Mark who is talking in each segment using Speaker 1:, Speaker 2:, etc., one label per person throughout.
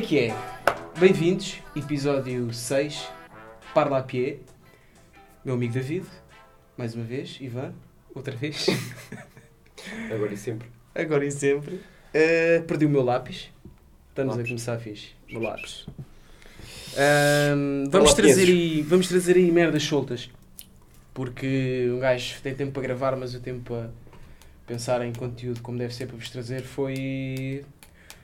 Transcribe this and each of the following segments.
Speaker 1: que é? Bem-vindos, episódio 6, Parla a Pie. Meu amigo David, mais uma vez, Ivan, outra vez,
Speaker 2: Agora e sempre.
Speaker 1: agora e sempre. Uh, perdi o meu lápis. Estamos
Speaker 2: Lápis.
Speaker 1: a começar fixe. O lápis. Ahm, vamos,
Speaker 2: Olá,
Speaker 1: trazer
Speaker 2: Pedro.
Speaker 1: aí, vamos trazer aí merdas soltas. Porque um gajo tem tempo para gravar, mas o tempo para pensar em conteúdo como deve ser para vos trazer foi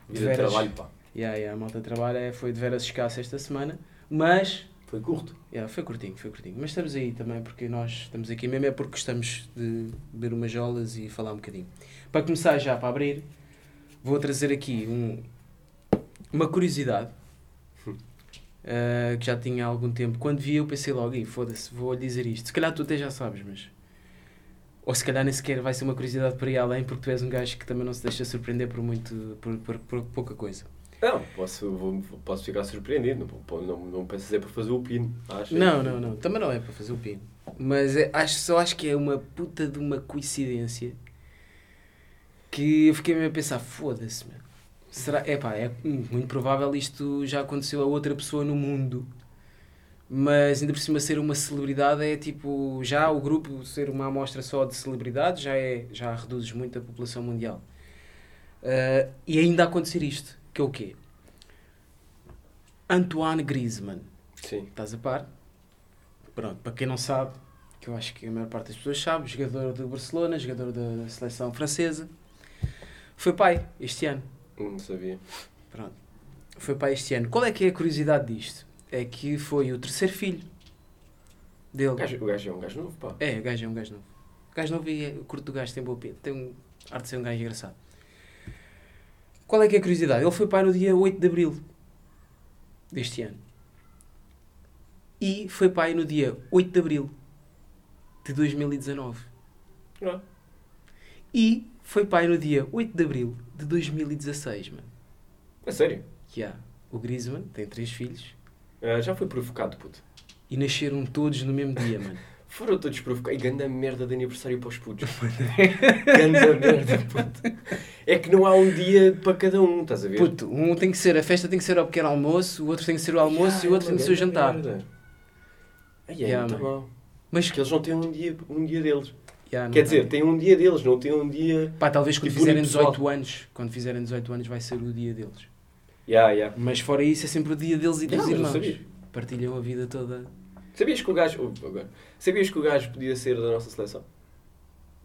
Speaker 2: Vida de
Speaker 1: Veras.
Speaker 2: trabalho, pá.
Speaker 1: Yeah, yeah, a malta trabalha foi de veras escassa esta semana, mas
Speaker 2: Foi curto.
Speaker 1: yeah, foi curtinho, foi curtinho. Mas estamos aí também porque nós estamos aqui mesmo, é porque gostamos de beber umas jolas e falar um bocadinho. Para começar já, para abrir, vou trazer aqui um, uma curiosidade ah, que já tinha há algum tempo. Quando vi eu pensei logo, "Ih, foda-se, vou dizer isto. Se calhar tu até já sabes, mas... Ou se calhar nem sequer vai ser uma curiosidade para ir além, porque tu és um gajo que também não se deixa surpreender por, muito, por, por, por pouca coisa.
Speaker 2: Não, posso, vou- posso ficar surpreendido. Não, vou- não, não pensas é para fazer o pino. Acho
Speaker 1: Não, não, não. Também não é para fazer o pino. Mas é- acho, só acho que é uma puta de uma coincidência que eu fiquei mesmo a pensar, foda-se, meu. Será? É pá, é muito provável isto já aconteceu a outra pessoa no mundo. Mas ainda por cima ser uma celebridade é tipo, já o grupo ser uma amostra só de celebridades já, é, já reduzes muito a população mundial. Ah, e ainda acontecer isto, que é o quê? Antoine Griezmann.
Speaker 2: Sim.
Speaker 1: Estás a par? Pronto, para quem não sabe, que eu acho que a maior parte das pessoas sabe, jogador do Barcelona, jogador da seleção francesa, foi pai este ano.
Speaker 2: Hum, Não sabia.
Speaker 1: Pronto. Foi pai este ano. Qual é que é a curiosidade disto? É que foi o terceiro filho
Speaker 2: O
Speaker 1: dele.
Speaker 2: gajo, o gajo é um gajo novo, pá.
Speaker 1: É, o gajo é um gajo novo. O gajo novo e é- eu curto do gajo, tem boa pinta, tem um arte de ser um gajo engraçado. Qual é que é a curiosidade? Ele foi pai no dia 8 de Abril deste ano. E foi pai no dia 8 de Abril de 2019.
Speaker 2: Não.
Speaker 1: E foi pai no dia 8 de Abril de 2016, mano.
Speaker 2: É sério.
Speaker 1: Que há o Griezmann, tem três filhos,
Speaker 2: Ah, já foi provocado, puto.
Speaker 1: e nasceram todos no mesmo dia, mano.
Speaker 2: Foram todos provocados. E ganda merda de aniversário para os putos. ganda merda, puto. É que não há um dia para cada um, estás a ver?
Speaker 1: Puto, um tem que ser, a festa tem que ser ao pequeno almoço, o outro tem que ser o almoço e
Speaker 2: Ah,
Speaker 1: o outro
Speaker 2: é
Speaker 1: tem que ser o jantar.
Speaker 2: Ai, é
Speaker 1: Yeah,
Speaker 2: muito
Speaker 1: mano.
Speaker 2: mal.
Speaker 1: Mas
Speaker 2: Porque eles não têm um dia, um dia deles.
Speaker 1: Ya, não
Speaker 2: Quer
Speaker 1: dá.
Speaker 2: dizer, têm um dia deles, não têm um dia.
Speaker 1: Pá, talvez quando
Speaker 2: tipo,
Speaker 1: fizerem
Speaker 2: único pessoal.
Speaker 1: 18 anos, quando fizerem 18 anos vai ser o dia deles.
Speaker 2: Yeah, yeah.
Speaker 1: Mas fora isso é sempre o dia deles e dos
Speaker 2: Não, mas eu
Speaker 1: irmãos.
Speaker 2: sabia.
Speaker 1: Partilham a vida toda.
Speaker 2: Sabias que o gajo. oh, agora. Sabias que o gajo podia ser da nossa seleção?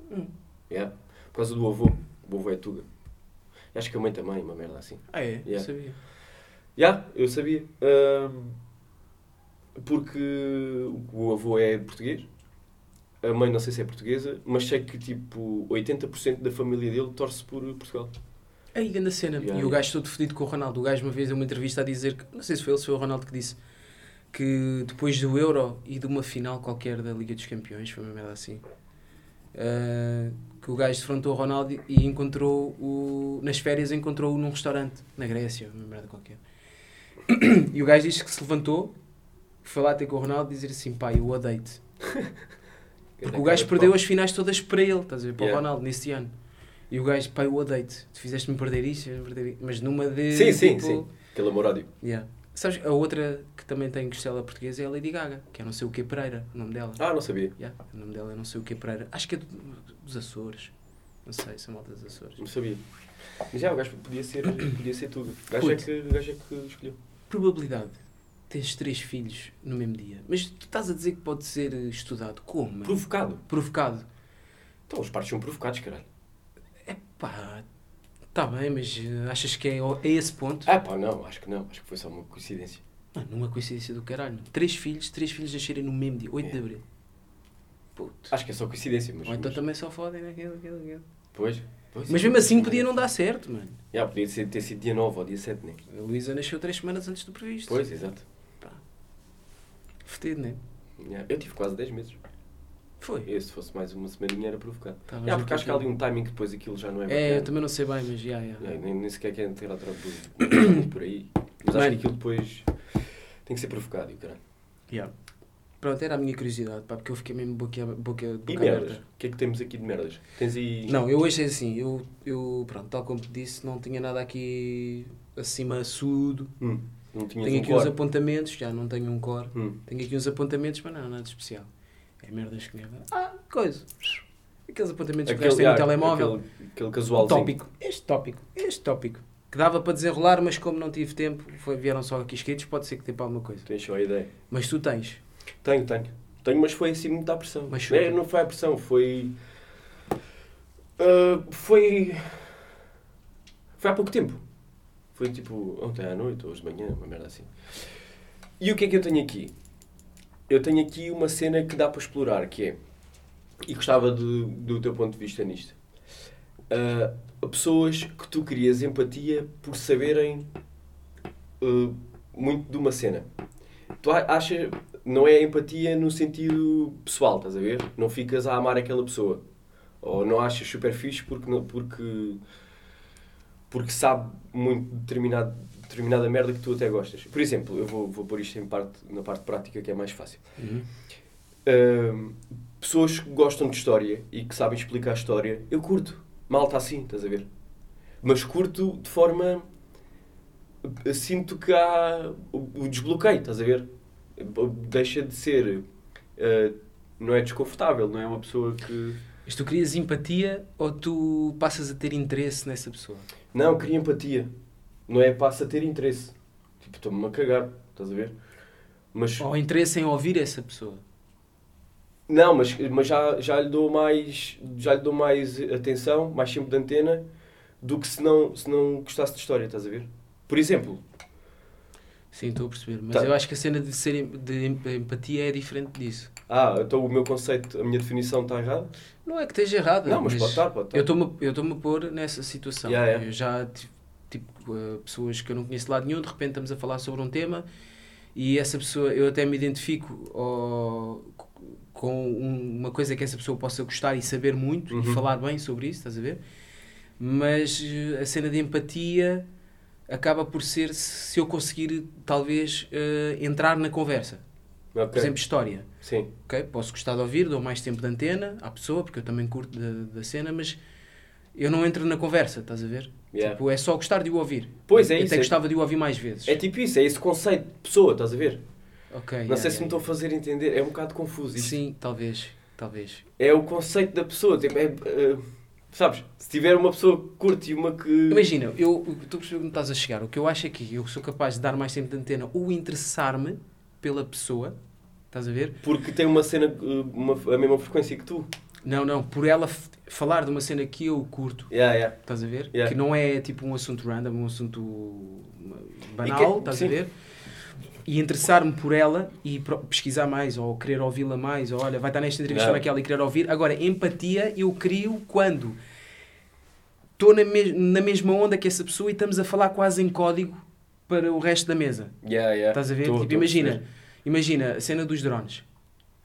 Speaker 1: Hum.
Speaker 2: Yeah. Por causa do avô. O avô é Tuga. Acho que a mãe também, uma merda assim.
Speaker 1: Ah é?
Speaker 2: Ya.
Speaker 1: Sabia.
Speaker 2: Já, eu sabia. Ahm, porque o avô é português. A mãe não sei se é portuguesa, mas sei que tipo 80% da família dele torce por Portugal.
Speaker 1: É Aí, grande cena.
Speaker 2: Ya,
Speaker 1: E o
Speaker 2: ya.
Speaker 1: gajo todo fodido com o Ronaldo. O gajo uma vez deu uma entrevista a dizer, que, não sei se foi ele, se foi o Ronaldo que disse, que depois do Euro e de uma final qualquer da Liga dos Campeões, foi uma merda assim, ah, que o gajo defrontou o Ronaldo e encontrou o nas férias encontrou-o num restaurante, na Grécia, uma merda qualquer. E o gajo disse que se levantou, foi lá ter com o Ronaldo e dizer assim, pai, eu odeio-te. Porque o gajo perdeu as finais todas para ele, estás a ver, para o
Speaker 2: Yeah.
Speaker 1: Ronaldo, nesse ano. E o gajo, pai, eu odeio-te. Tu fizeste-me perder isto, fizeste-me perder isto. mas numa de.
Speaker 2: Sim, sim,
Speaker 1: tipo,
Speaker 2: sim. Aquele amor ódio.
Speaker 1: Yeah. Sabes, a outra que também tem costela portuguesa é a Lady Gaga, que é não sei o que Pereira, o nome dela.
Speaker 2: Ah, não sabia.
Speaker 1: Yeah, o nome dela é não sei o que Pereira. Acho que é do- dos Açores. Não sei, são malta dos Açores.
Speaker 2: Não sabia. Mas já, o gajo podia ser, podia ser tudo. O gajo, é
Speaker 1: Puto.
Speaker 2: que, o gajo é que escolheu.
Speaker 1: Probabilidade. Tens três filhos no mesmo dia. Mas tu estás a dizer que pode ser eh, estudado. Como? mano?
Speaker 2: Provocado.
Speaker 1: Provocado.
Speaker 2: Então, os partos são provocados, caralho.
Speaker 1: Pá, tá bem, mas eh, achas que é, ao- é esse ponto?
Speaker 2: Ah, pá, não, acho que não. Acho que foi só uma coincidência.
Speaker 1: Mano, uma coincidência do caralho. Três filhos, três filhos nascerem no mesmo dia, 8 de
Speaker 2: É.
Speaker 1: Abril. Puto.
Speaker 2: Acho que é é só coincidência, mas.
Speaker 1: Ou então
Speaker 2: mas-
Speaker 1: também só fodem naquilo, aquilo, aquilo.
Speaker 2: Pois, pois.
Speaker 1: Mas mesmo assim podia não dar certo, mano.
Speaker 2: Já, podia ser- ter sido dia 9 ou dia 7, né?
Speaker 1: A Luísa nasceu três semanas antes do previsto.
Speaker 2: Pois, exato.
Speaker 1: Fetido, né?
Speaker 2: Já, Eu tive quase 10 meses.
Speaker 1: Foi.
Speaker 2: Eu, se fosse mais uma semaninha, era provocado.
Speaker 1: Estavas
Speaker 2: Já, É, porque
Speaker 1: naquilo.
Speaker 2: acho que há ali um É, né? timing que depois aquilo já não
Speaker 1: É,
Speaker 2: é
Speaker 1: eu
Speaker 2: bacana.
Speaker 1: também não sei bem, mas já, já.
Speaker 2: Já, nem, nem sequer quero ter a troca por, por aí. Mas acho
Speaker 1: Mano.
Speaker 2: que aquilo depois tem que ser provocado, e o caralho.
Speaker 1: Já. Pronto, era a minha curiosidade, pá, porque eu fiquei mesmo boca, boca, boca
Speaker 2: E merdas?
Speaker 1: aberta.
Speaker 2: O que é que temos aqui de merdas? Tens aí.
Speaker 1: Não, eu hoje é assim, eu, eu, pronto, tal como te disse, não tinha nada aqui acima açudo.
Speaker 2: Hum, não tinha
Speaker 1: Tenho
Speaker 2: um
Speaker 1: aqui uns
Speaker 2: core.
Speaker 1: apontamentos, já não tenho um core.
Speaker 2: Hum.
Speaker 1: Tenho aqui uns apontamentos, mas não, nada de especial. É merdas que nem agora. Ah, coisa. Aqueles apontamentos que
Speaker 2: Aquele,
Speaker 1: gastem no
Speaker 2: ah,
Speaker 1: telemóvel.
Speaker 2: Aquele, aquele
Speaker 1: O
Speaker 2: casualzinho.
Speaker 1: tópico. Este tópico. Este tópico. Que dava para desenrolar, mas como não tive tempo, foi- vieram só aqui escritos, pode ser que tenha para alguma coisa.
Speaker 2: Tens só a ideia.
Speaker 1: Mas tu tens.
Speaker 2: Tenho, tenho. Tenho, mas foi assim muito à pressão.
Speaker 1: Mas
Speaker 2: não, é-
Speaker 1: chuta.
Speaker 2: não foi à pressão, foi. Ah, foi. Foi há pouco tempo. Foi tipo ontem à noite, ou hoje de manhã, uma merda assim. E o que é que eu tenho aqui? Eu tenho aqui uma cena que dá para explorar, que é. E gostava de- do teu ponto de vista nisto. Ah, pessoas que tu querias empatia por saberem ah, muito de uma cena. Tu a- achas. Não é empatia no sentido pessoal, estás a ver? Não ficas a amar aquela pessoa. Ou não achas super fixe porque, não- porque, porque sabe muito determinado, determinada merda que tu até gostas. Por exemplo, eu vou, vou pôr isto em parte, na parte prática que é mais fácil. Ahm, pessoas que gostam de história e que sabem explicar a história, eu curto. Malta assim, estás a ver? Mas curto de forma. Sinto que há o o desbloqueio, estás a ver? Deixa de ser. ah, não é desconfortável, não é uma pessoa que.
Speaker 1: Mas tu crias empatia ou tu passas a ter interesse nessa pessoa?
Speaker 2: Não, cria empatia. Não é passa a ter interesse. Tipo, estou-me a cagar, estás a ver? Mas.
Speaker 1: Ou interesse em ouvir essa pessoa?
Speaker 2: Não, mas, mas já, já lhe dou mais já lhe dou mais atenção, mais tempo de antena do que se não, se não gostasse de história, estás a ver? Por exemplo,
Speaker 1: Sim, estou a perceber. Mas
Speaker 2: Tá.
Speaker 1: eu acho que a cena de ser em- de em- empatia é diferente disso.
Speaker 2: ah, então o meu conceito, a minha definição está errada?
Speaker 1: Não é que esteja errada.
Speaker 2: Não, mas pode estar, pode estar.
Speaker 1: Eu estou-me eu estou-me a pôr nessa situação.
Speaker 2: Yeah, yeah.
Speaker 1: Eu já tive tipo, eh, pessoas que eu não conheço de lado nenhum, de repente estamos a falar sobre um tema e essa pessoa, eu até me identifico ó, c- com um- uma coisa que essa pessoa possa gostar e saber muito
Speaker 2: Uhum.
Speaker 1: e falar bem sobre isso, estás a ver? Mas eh, a cena de empatia acaba por ser se eu conseguir talvez eh, entrar na conversa.
Speaker 2: Ok,
Speaker 1: Por exemplo, história.
Speaker 2: Sim,
Speaker 1: Ok, posso gostar de ouvir, dou mais tempo de antena à pessoa, porque eu também curto da, da cena, mas eu não entro na conversa, estás a ver?
Speaker 2: yeah.
Speaker 1: Tipo, é só gostar de o ouvir.
Speaker 2: Pois é
Speaker 1: eu
Speaker 2: isso,
Speaker 1: Até
Speaker 2: é-
Speaker 1: gostava de o ouvir mais vezes.
Speaker 2: É tipo isso, é esse conceito de pessoa, estás a ver?
Speaker 1: Ok,
Speaker 2: Não
Speaker 1: yeah,
Speaker 2: sei se me
Speaker 1: yeah,
Speaker 2: estou a fazer entender, é um bocado confuso
Speaker 1: yeah.
Speaker 2: isto.
Speaker 1: Sim, talvez, talvez.
Speaker 2: É o conceito da pessoa, tipo, é, eh, sabes, se tiver uma pessoa que curte e uma que...
Speaker 1: Imagina, eu estou a perceber onde estás a chegar. O que eu acho é que eu sou capaz de dar mais tempo de antena ou interessar-me pela pessoa, estás a ver?
Speaker 2: Porque tem uma cena, eh, uma- a mesma frequência que tu.
Speaker 1: Não, não, por ela f- falar de uma cena que eu curto,
Speaker 2: Yeah, yeah.
Speaker 1: estás a ver?
Speaker 2: Yeah.
Speaker 1: Que não é tipo um assunto random, um assunto uma-
Speaker 2: E
Speaker 1: banal,
Speaker 2: que-
Speaker 1: estás
Speaker 2: sim.
Speaker 1: a ver? E interessar-me por ela e pro- pesquisar mais, ou querer ouvi-la mais, ou olha, vai estar nesta entrevista ou
Speaker 2: Yeah.
Speaker 1: naquela e querer ouvir. Agora, empatia eu crio quando estou na, mes- na mesma onda que essa pessoa e estamos a falar quase em código para o resto da mesa.
Speaker 2: Yeah, yeah.
Speaker 1: Estás a ver?
Speaker 2: É, Tô-
Speaker 1: tipo,
Speaker 2: tô a
Speaker 1: imagina,
Speaker 2: perceber.
Speaker 1: imagina a cena dos drones.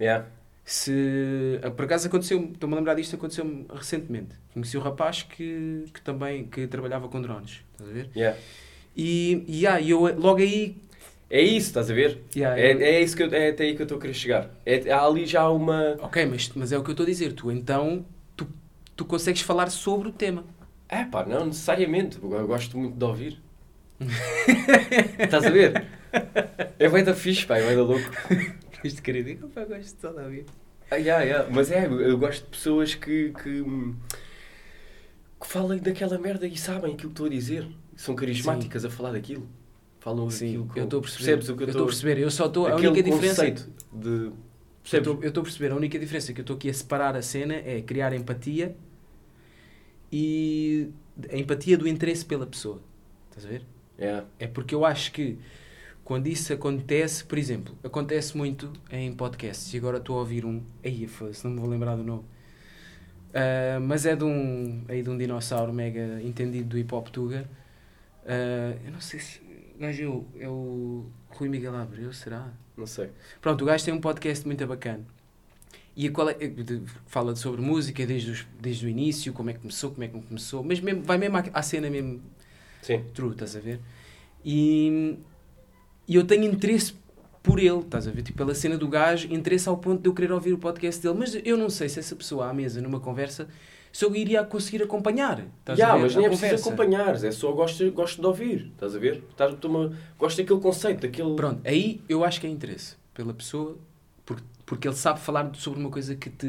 Speaker 2: Yeah.
Speaker 1: Se ah, por acaso aconteceu, estou-me a lembrar disto, aconteceu recentemente. Conheci um rapaz que, que também que trabalhava com drones, estás a ver?
Speaker 2: Yeah.
Speaker 1: E, e ah, eu ah, logo aí.
Speaker 2: É isso, estás a ver?
Speaker 1: Yeah,
Speaker 2: é,
Speaker 1: eu-
Speaker 2: é, isso que eu, é até aí que eu estou a querer chegar. É, há ali já uma.
Speaker 1: Ok, mas, mas é o que eu estou a dizer, tu então tu, tu consegues falar sobre o tema.
Speaker 2: É pá, não necessariamente. Eu eu gosto muito de ouvir. estás a ver? É bem da fixe, pá, é bem da louco.
Speaker 1: Este querido, eu gosto de toda a vida.
Speaker 2: Ah, yeah, yeah. Mas é, eu gosto de pessoas que, que. que falem daquela merda e sabem aquilo que estou a dizer. São carismáticas a falar daquilo. Falam
Speaker 1: Sim,
Speaker 2: daquilo com-
Speaker 1: eu estou a perceber.
Speaker 2: Percebes o que eu
Speaker 1: eu estou a perceber, eu só estou. A
Speaker 2: Aquele
Speaker 1: única diferença. é
Speaker 2: conceito de.
Speaker 1: Eu
Speaker 2: Percebes?
Speaker 1: estou eu estou a perceber, a única diferença que eu estou aqui a separar a cena é criar empatia e a empatia do interesse pela pessoa. Estás a ver?
Speaker 2: Yeah.
Speaker 1: É porque eu acho que quando isso acontece, por exemplo, acontece muito em podcasts, e agora estou a ouvir um, aí se não me vou lembrar do nome, Ah, mas é de um, aí de um dinossauro mega entendido do hip hop Tuga. Ah, eu não sei se. o Gajo, é o- é o Rui Miguel Abreu, será?
Speaker 2: Não sei.
Speaker 1: Pronto, o gajo tem um podcast muito bacana. E a qual é, de- fala sobre música desde, os- desde o início, como é que começou, como é que não começou, mas mesmo, vai mesmo à, à cena mesmo
Speaker 2: Sim.
Speaker 1: true, estás a ver? E, e eu tenho interesse por ele, estás a ver? Tipo, pela cena do gajo, interesse ao ponto de eu querer ouvir o podcast dele. Mas eu não sei se essa pessoa à mesa, numa conversa, se eu iria conseguir acompanhar. Estás
Speaker 2: Ya,
Speaker 1: a ver?
Speaker 2: mas
Speaker 1: a
Speaker 2: nem é preciso
Speaker 1: conversa.
Speaker 2: acompanhar, é só gosto, gosto de ouvir, estás a ver? Estás, toma, gosto daquele conceito, daquele.
Speaker 1: Pronto, aí eu acho que é interesse pela pessoa, porque, porque ele sabe falar sobre uma coisa que te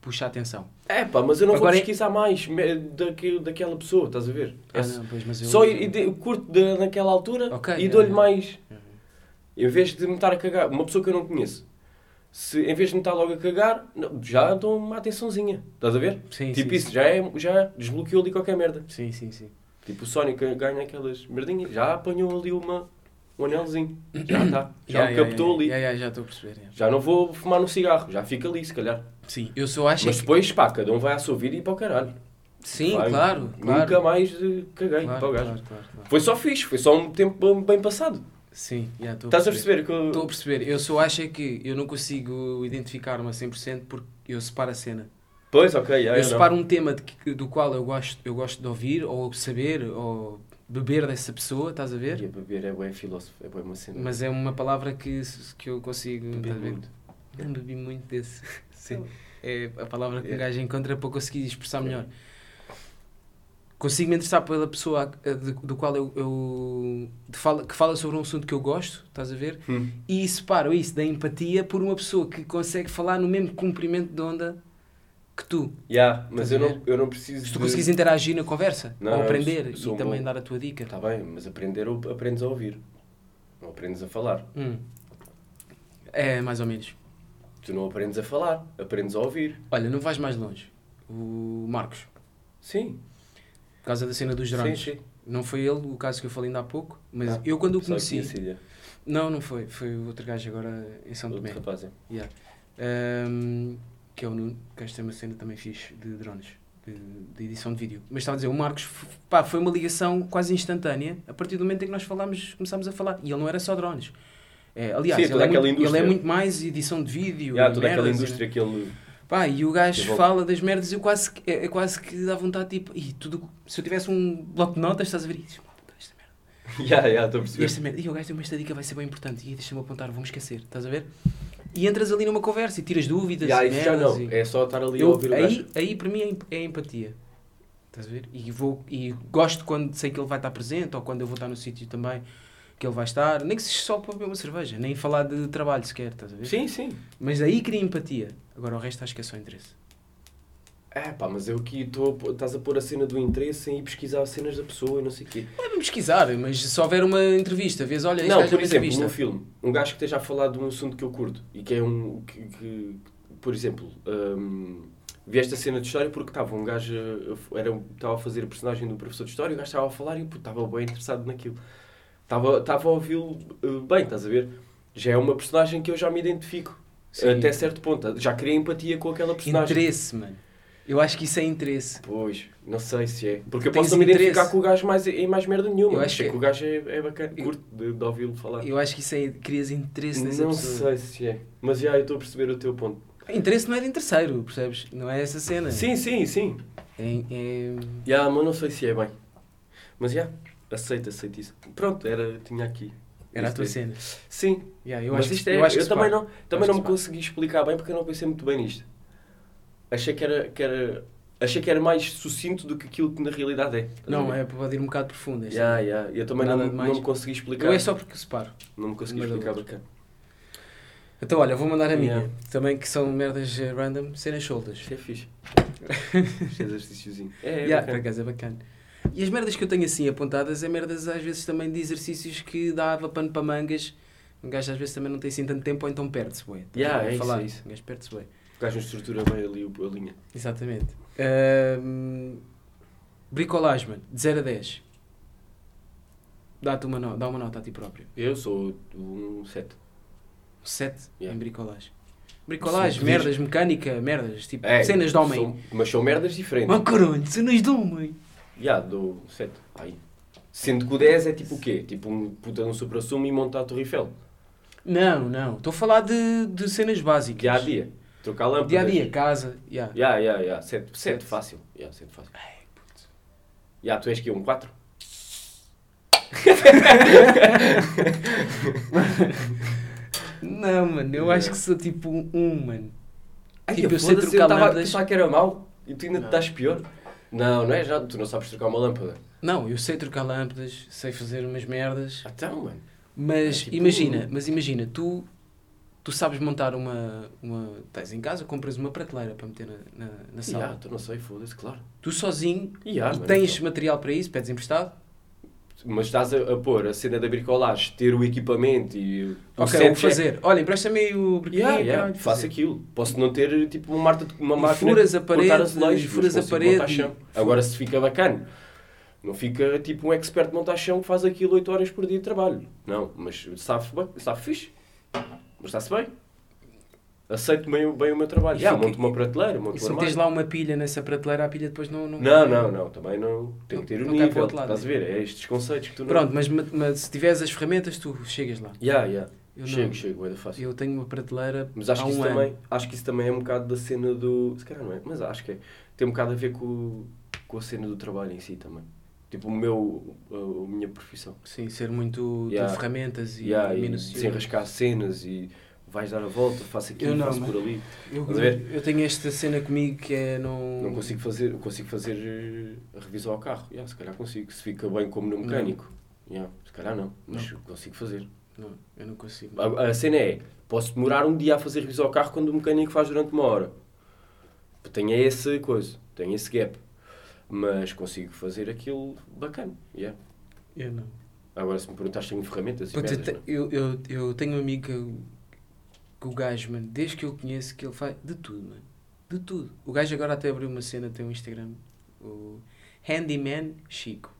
Speaker 1: puxa a atenção.
Speaker 2: É pá, mas eu não
Speaker 1: Agora é-
Speaker 2: vou pesquisar mais me- daquele, daquela pessoa, estás a ver? É
Speaker 1: Ah,
Speaker 2: só-
Speaker 1: não, pois, mas eu-
Speaker 2: só eu, curto da- naquela altura
Speaker 1: Ok, é, Uhum.
Speaker 2: e
Speaker 1: yeah,
Speaker 2: dou-lhe
Speaker 1: yeah.
Speaker 2: mais. Em vez de me estar a cagar, uma pessoa que eu não conheço, se em vez de me estar logo a cagar, não, já dou uma atençãozinha, estás a ver?
Speaker 1: Sim,
Speaker 2: tipo
Speaker 1: sim,
Speaker 2: isso,
Speaker 1: sim.
Speaker 2: Já, é, já desbloqueou ali qualquer merda.
Speaker 1: Sim, sim, sim.
Speaker 2: Tipo o Sonic ganha aquelas merdinhas, já apanhou ali uma, um anelzinho, já está, já
Speaker 1: Ya,
Speaker 2: o
Speaker 1: ya,
Speaker 2: captou
Speaker 1: ya,
Speaker 2: ali.
Speaker 1: ya, ya, já estou a perceber. ya.
Speaker 2: Já não vou fumar um cigarro, já fica ali, se calhar.
Speaker 1: Sim, eu só acho. é
Speaker 2: Mas
Speaker 1: que-
Speaker 2: depois, pá, cada um vai à sua vida e para o caralho.
Speaker 1: Sim,
Speaker 2: Vai,
Speaker 1: claro, claro.
Speaker 2: Nunca mais eh, caguei
Speaker 1: claro,
Speaker 2: para o gajo.
Speaker 1: claro, claro, claro.
Speaker 2: Foi só fixe, foi só um tempo bem- bem passado.
Speaker 1: Sim, já estou
Speaker 2: Estás a perceber que eu-
Speaker 1: Estou a perceber. Eu só acho é que eu não consigo identificar-me a 100% porque eu separo a cena.
Speaker 2: Pois, ok, yeah,
Speaker 1: eu
Speaker 2: não.
Speaker 1: separo um tema de que- do qual eu gosto, eu gosto de ouvir, ou saber, ou beber dessa pessoa, estás a ver?
Speaker 2: E a beber é bem filósofo, é bem uma cena.
Speaker 1: Mas é uma palavra que, que eu consigo.
Speaker 2: Beber
Speaker 1: estás a ver?
Speaker 2: muito. Então.
Speaker 1: Não bebi muito desse.
Speaker 2: Sim.
Speaker 1: É a palavra que um
Speaker 2: É.
Speaker 1: gajo encontra para conseguir expressar melhor. Consigo me interessar pela pessoa eh, de- do qual eu. eu de fala, que fala sobre um assunto que eu gosto, estás a ver?
Speaker 2: Hum.
Speaker 1: E separo isso da empatia por uma pessoa que consegue falar no mesmo comprimento de onda que tu.
Speaker 2: Yeah, mas
Speaker 1: Estás
Speaker 2: eu
Speaker 1: a
Speaker 2: não, eu não preciso.
Speaker 1: Se tu conseguires interagir na conversa,
Speaker 2: Não,
Speaker 1: ou
Speaker 2: não,
Speaker 1: aprender,
Speaker 2: eu sou
Speaker 1: e
Speaker 2: um
Speaker 1: também
Speaker 2: bom-
Speaker 1: dar a tua dica.
Speaker 2: Está bem, mas aprender ou- aprendes a ouvir. Não aprendes a falar.
Speaker 1: Hum. É, mais ou menos.
Speaker 2: Tu não aprendes a falar, aprendes a ouvir.
Speaker 1: Olha, não vais mais longe. O Marcos,
Speaker 2: Sim.
Speaker 1: por causa da cena dos drones.
Speaker 2: Sim, sim.
Speaker 1: Não foi ele o caso que eu falei ainda há pouco, mas
Speaker 2: Ah,
Speaker 1: eu quando o
Speaker 2: Só
Speaker 1: conheci. então
Speaker 2: conheci, yeah.
Speaker 1: Não, não foi. Foi o outro gajo agora em São Tomé.
Speaker 2: Outro rapaz, é.
Speaker 1: Yeah. Ahm, que é o Nuno, que esta é uma cena também fixe de drones, de, de edição de vídeo. Mas estava a dizer, o Marcos, f- pá, foi uma ligação quase instantânea a partir do momento em que nós falámos, começámos a falar. E ele não era só drones. É, aliás, ele,
Speaker 2: Sim, toda
Speaker 1: é muito,
Speaker 2: aquela
Speaker 1: ele é
Speaker 2: indústria.
Speaker 1: muito mais edição de vídeo.
Speaker 2: Yeah,
Speaker 1: e
Speaker 2: toda aquela
Speaker 1: merdas, né?
Speaker 2: indústria, aquele.
Speaker 1: Pá, e o gajo
Speaker 2: Devolve.
Speaker 1: fala das merdas e eu quase, que- é, é quase que dá vontade, tipo, e tudo, se eu tivesse um bloco de notas, estás a ver? E, diz, "Puta, esta merda,
Speaker 2: Yeah, yeah, estou a
Speaker 1: e
Speaker 2: perceber.
Speaker 1: esta merda, e o gajo deu-me esta dica, vai ser bem importante, e deixa-me apontar, vou-me esquecer, estás a ver? E entras ali numa conversa e tiras dúvidas
Speaker 2: Yeah,
Speaker 1: e
Speaker 2: isso já
Speaker 1: merdas.
Speaker 2: não.
Speaker 1: e-
Speaker 2: É só estar ali a
Speaker 1: Eu-
Speaker 2: ouvir o gajo.
Speaker 1: aí, aí para mim é, em- é empatia, estás a ver? E, vou, e gosto quando sei que ele vai estar presente ou quando eu vou estar no sítio também que ele vai estar, nem que seja só para beber uma cerveja, nem falar de trabalho sequer, estás a ver?
Speaker 2: Sim, sim.
Speaker 1: Mas aí cria empatia. Agora o resto acho que é só interesse.
Speaker 2: É pá, mas eu aqui estou. a pôr- Estás a pôr a cena do interesse em ir pesquisar as cenas da pessoa e não sei o quê.
Speaker 1: Podem pesquisar, É mas se houver uma entrevista, vês, olha, isto
Speaker 2: Não,
Speaker 1: gajo é deu uma
Speaker 2: por exemplo,
Speaker 1: entrevista.
Speaker 2: num filme, um gajo que esteja a falar de um assunto que eu curto e que é um. que, que- por exemplo, hum, vi esta cena de história porque estava um gajo. a- a- Era, estava a fazer a personagem do professor de história e o gajo estava a falar e eu pô, estava bem interessado naquilo. Estava, estava a ouvi-lo uh, bem, estás a ver? Já é uma personagem que eu já me identifico.
Speaker 1: Sim.
Speaker 2: Até certo ponto. Já criei empatia com aquela personagem.
Speaker 1: Interesse, mano. Eu acho que isso é interesse.
Speaker 2: Pois, não sei se é. Porque eu
Speaker 1: Tens
Speaker 2: posso não me
Speaker 1: interesse.
Speaker 2: identificar com o gajo mais, em mais merda nenhuma.
Speaker 1: Eu
Speaker 2: Eu
Speaker 1: acho
Speaker 2: acho que...
Speaker 1: que-
Speaker 2: o gajo é, é bacana.
Speaker 1: Eu-
Speaker 2: Curto de, de ouvi-lo falar.
Speaker 1: Eu acho que isso é. Crias interesse nessa
Speaker 2: não
Speaker 1: pessoa.
Speaker 2: sei se é. Mas já, eu estou a perceber o teu ponto.
Speaker 1: Interesse não é de interesseiro, percebes? Não é essa cena.
Speaker 2: Sim, sim, sim.
Speaker 1: É, é-
Speaker 2: Já, mas não sei se é bem. Mas já, aceito, aceito isso. Pronto, era, tinha aqui.
Speaker 1: Era a
Speaker 2: Isto
Speaker 1: tua
Speaker 2: é.
Speaker 1: cena.
Speaker 2: Sim,
Speaker 1: Yeah, eu
Speaker 2: mas
Speaker 1: acho,
Speaker 2: isto
Speaker 1: que-
Speaker 2: é.
Speaker 1: eu
Speaker 2: Eu,
Speaker 1: acho que se
Speaker 2: também,
Speaker 1: pá.
Speaker 2: não, também
Speaker 1: que se
Speaker 2: não me
Speaker 1: pá.
Speaker 2: consegui explicar bem porque eu não pensei muito bem nisto. Achei que era, que era, achei que era mais sucinto do que aquilo que na realidade é.
Speaker 1: Não, é para ir um bocado profundo. esta.
Speaker 2: Já, já. Eu também
Speaker 1: Nada
Speaker 2: não,
Speaker 1: demais.
Speaker 2: não me consegui explicar.
Speaker 1: Eu é só porque separo.
Speaker 2: Não me consegui
Speaker 1: Mas
Speaker 2: explicar
Speaker 1: não.
Speaker 2: bacana.
Speaker 1: Então, olha, vou mandar a minha.
Speaker 2: Yeah.
Speaker 1: Também que são merdas eh, random, cenas soltas.
Speaker 2: Isto é fixe. Isto é exercíciozinho. É, é
Speaker 1: Yeah, por
Speaker 2: bacana.
Speaker 1: acaso é bacana. E as merdas que eu tenho assim apontadas é merdas às vezes também de exercícios que dava pano para mangas. Um gajo às vezes também não tem assim tanto tempo ou então perde-se, bué. Estás
Speaker 2: Yeah,
Speaker 1: a
Speaker 2: é isso,
Speaker 1: falar.
Speaker 2: é isso.
Speaker 1: Um gajo perde-se, bué.
Speaker 2: O gajo estrutura bem ali o- a linha.
Speaker 1: Exatamente. Ahm, bricolagem, mano, de 0 a 10. Dá-te uma, no- dá uma nota a ti próprio.
Speaker 2: Eu sou um 7.
Speaker 1: 7
Speaker 2: Yeah.
Speaker 1: em bricolagem. Bricolagem,
Speaker 2: Sim, um
Speaker 1: merdas, mecânica, merdas, tipo, cenas de homem.
Speaker 2: mas É, são merdas diferentes.
Speaker 1: Mas caralho, cenas de homem.
Speaker 2: Já, dou 7. Aí. Sendo que o 10 é tipo o quê? Tipo um puta um supra-sumo e montar a Torre Eiffel.
Speaker 1: Não, não. Estou a falar de, de cenas básicas.
Speaker 2: Dia a dia. Trocar lâmpadas.
Speaker 1: Dia a dia, casa. Yeah.
Speaker 2: Já, já, já. 7.
Speaker 1: Sete.
Speaker 2: 7 fácil. Já, 7 fácil. Ai, puto. Já, tu és que é um 4?
Speaker 1: Não, mano, eu
Speaker 2: Yeah.
Speaker 1: acho que sou tipo um, um, mano.
Speaker 2: Ai,
Speaker 1: Tipo, eu sei
Speaker 2: foda-se,
Speaker 1: trocar
Speaker 2: eu tava a Tipo,
Speaker 1: lâmpadas.
Speaker 2: pensar que era mau. E tu ainda te
Speaker 1: Não.
Speaker 2: estás pior? Não, não és nada. Tu não sabes trocar uma lâmpada.
Speaker 1: Não, eu sei trocar lâmpadas, sei fazer umas merdas,
Speaker 2: Ah, Então, mano.
Speaker 1: mas
Speaker 2: É, tipo-
Speaker 1: imagina, mas imagina, tu, tu sabes montar uma, uma. Estás em casa, compras uma prateleira para meter na, na, na
Speaker 2: E
Speaker 1: sala.
Speaker 2: há, tu não sei, foda-se, claro.
Speaker 1: Tu sozinho
Speaker 2: E há,
Speaker 1: e
Speaker 2: mano,
Speaker 1: tens
Speaker 2: então.
Speaker 1: material para isso, pedes emprestado.
Speaker 2: Mas estás a, a pôr a cena da bricolagem, ter o equipamento e o é-
Speaker 1: ok,
Speaker 2: set
Speaker 1: vou fazer. Olha, empresta-me aí o
Speaker 2: check.
Speaker 1: brinquedo.
Speaker 2: Yeah, yeah, faço aquilo. Posso não ter tipo uma, marta, uma
Speaker 1: E
Speaker 2: máquina
Speaker 1: furas a
Speaker 2: de
Speaker 1: parede,
Speaker 2: cortar azulejos,
Speaker 1: furas
Speaker 2: mas
Speaker 1: a
Speaker 2: consigo montar
Speaker 1: parede.
Speaker 2: chão. Agora se fica bacana. Não fica tipo um expert de montar chão que faz aquilo 8 horas por dia de trabalho. Não, mas sabe, bem- sabe fixe. Mas está-se bem. Aceito bem, o- bem o meu trabalho.
Speaker 1: E
Speaker 2: Yeah,
Speaker 1: fica-
Speaker 2: monto uma prateleira, monto
Speaker 1: E
Speaker 2: um
Speaker 1: se um- metes
Speaker 2: armário.
Speaker 1: lá uma pilha nessa prateleira, a pilha depois não. Não,
Speaker 2: Não, não, não. Também não. Tem que ter
Speaker 1: Não cai
Speaker 2: um
Speaker 1: para o
Speaker 2: nível.
Speaker 1: outro lado,
Speaker 2: Estás a ver? É estes conceitos que tu não...
Speaker 1: Pronto, mas, ma- mas se tiveres as ferramentas, tu chegas lá.
Speaker 2: Yeah, yeah.
Speaker 1: Eu não.
Speaker 2: chego, chego. É da fácil.
Speaker 1: Eu tenho uma prateleira
Speaker 2: Mas acho
Speaker 1: há
Speaker 2: que, isso
Speaker 1: um ano.
Speaker 2: também, acho que isso também é um bocado da cena do. Se calhar não é, mas acho que é. Tem um bocado a ver com, com a cena do trabalho em si também. Tipo, o meu. A, a minha profissão.
Speaker 1: Sim, ser muito
Speaker 2: Yeah.
Speaker 1: de ferramentas e
Speaker 2: Yeah, e
Speaker 1: minucioso.
Speaker 2: desenrascar cenas e vais dar a volta, faço aqui,
Speaker 1: Eu não, né?
Speaker 2: faço
Speaker 1: mas-
Speaker 2: por ali.
Speaker 1: Eu,
Speaker 2: Estás a ver?
Speaker 1: eu tenho esta cena comigo que é não.
Speaker 2: Não consigo fazer, consigo fazer eh, a revisão ao carro. Yeah, se calhar consigo, se fica bem como no
Speaker 1: Não.
Speaker 2: mecânico. Yeah, se calhar não, mas consigo fazer.
Speaker 1: Não, eu não consigo.
Speaker 2: A, a cena é, posso demorar um dia a fazer revisão ao carro quando o mecânico faz durante uma hora. Tenho essa coisa, tenho esse gap. Mas consigo fazer aquilo bacana. yeah.
Speaker 1: Eu não.
Speaker 2: Agora, se me perguntaste, tenho ferramentas e
Speaker 1: Puta, eu,
Speaker 2: merdas,
Speaker 1: te- eu, eu, eu tenho um amigo que, eu- que o gajo, mano, desde que eu o conheço, que ele faz de tudo, mano. De tudo. O gajo agora até abriu uma cena, tem um Instagram. O Handyman Chico.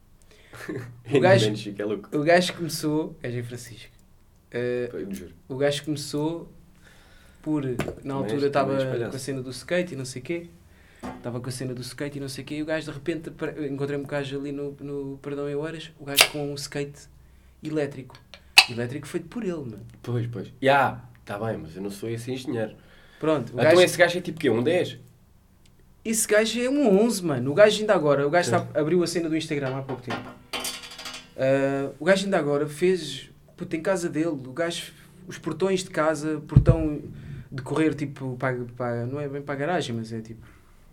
Speaker 2: não é?
Speaker 1: o gajo-
Speaker 2: Menos chique, é louco.
Speaker 1: O gajo começou. O gajo é Francisco. Eh,
Speaker 2: Eu juro.
Speaker 1: o gajo começou por. Na
Speaker 2: Também és-
Speaker 1: altura estava
Speaker 2: também és palhaço.
Speaker 1: com a cena do skate e não sei o quê. Estava com a cena do skate e não sei o quê. E o gajo de repente. apare- eu Encontrei-me um gajo ali no, no Perdão em Horas. O gajo com um skate elétrico. Elétrico feito por ele, mano.
Speaker 2: Pois, pois. Ya, tá bem, mas eu não sou esse engenheiro.
Speaker 1: Pronto. O
Speaker 2: Então
Speaker 1: gajo,
Speaker 2: esse gajo é tipo o quê? Um 10?
Speaker 1: Esse gajo é um 11, mano. O gajo ainda agora. O gajo tá- abriu a cena do Instagram há pouco tempo. Ah, o gajo ainda agora fez. Puta, em casa dele. O gajo. Os portões de casa, portão de correr tipo. Para, para- não é bem para a garagem, mas é tipo.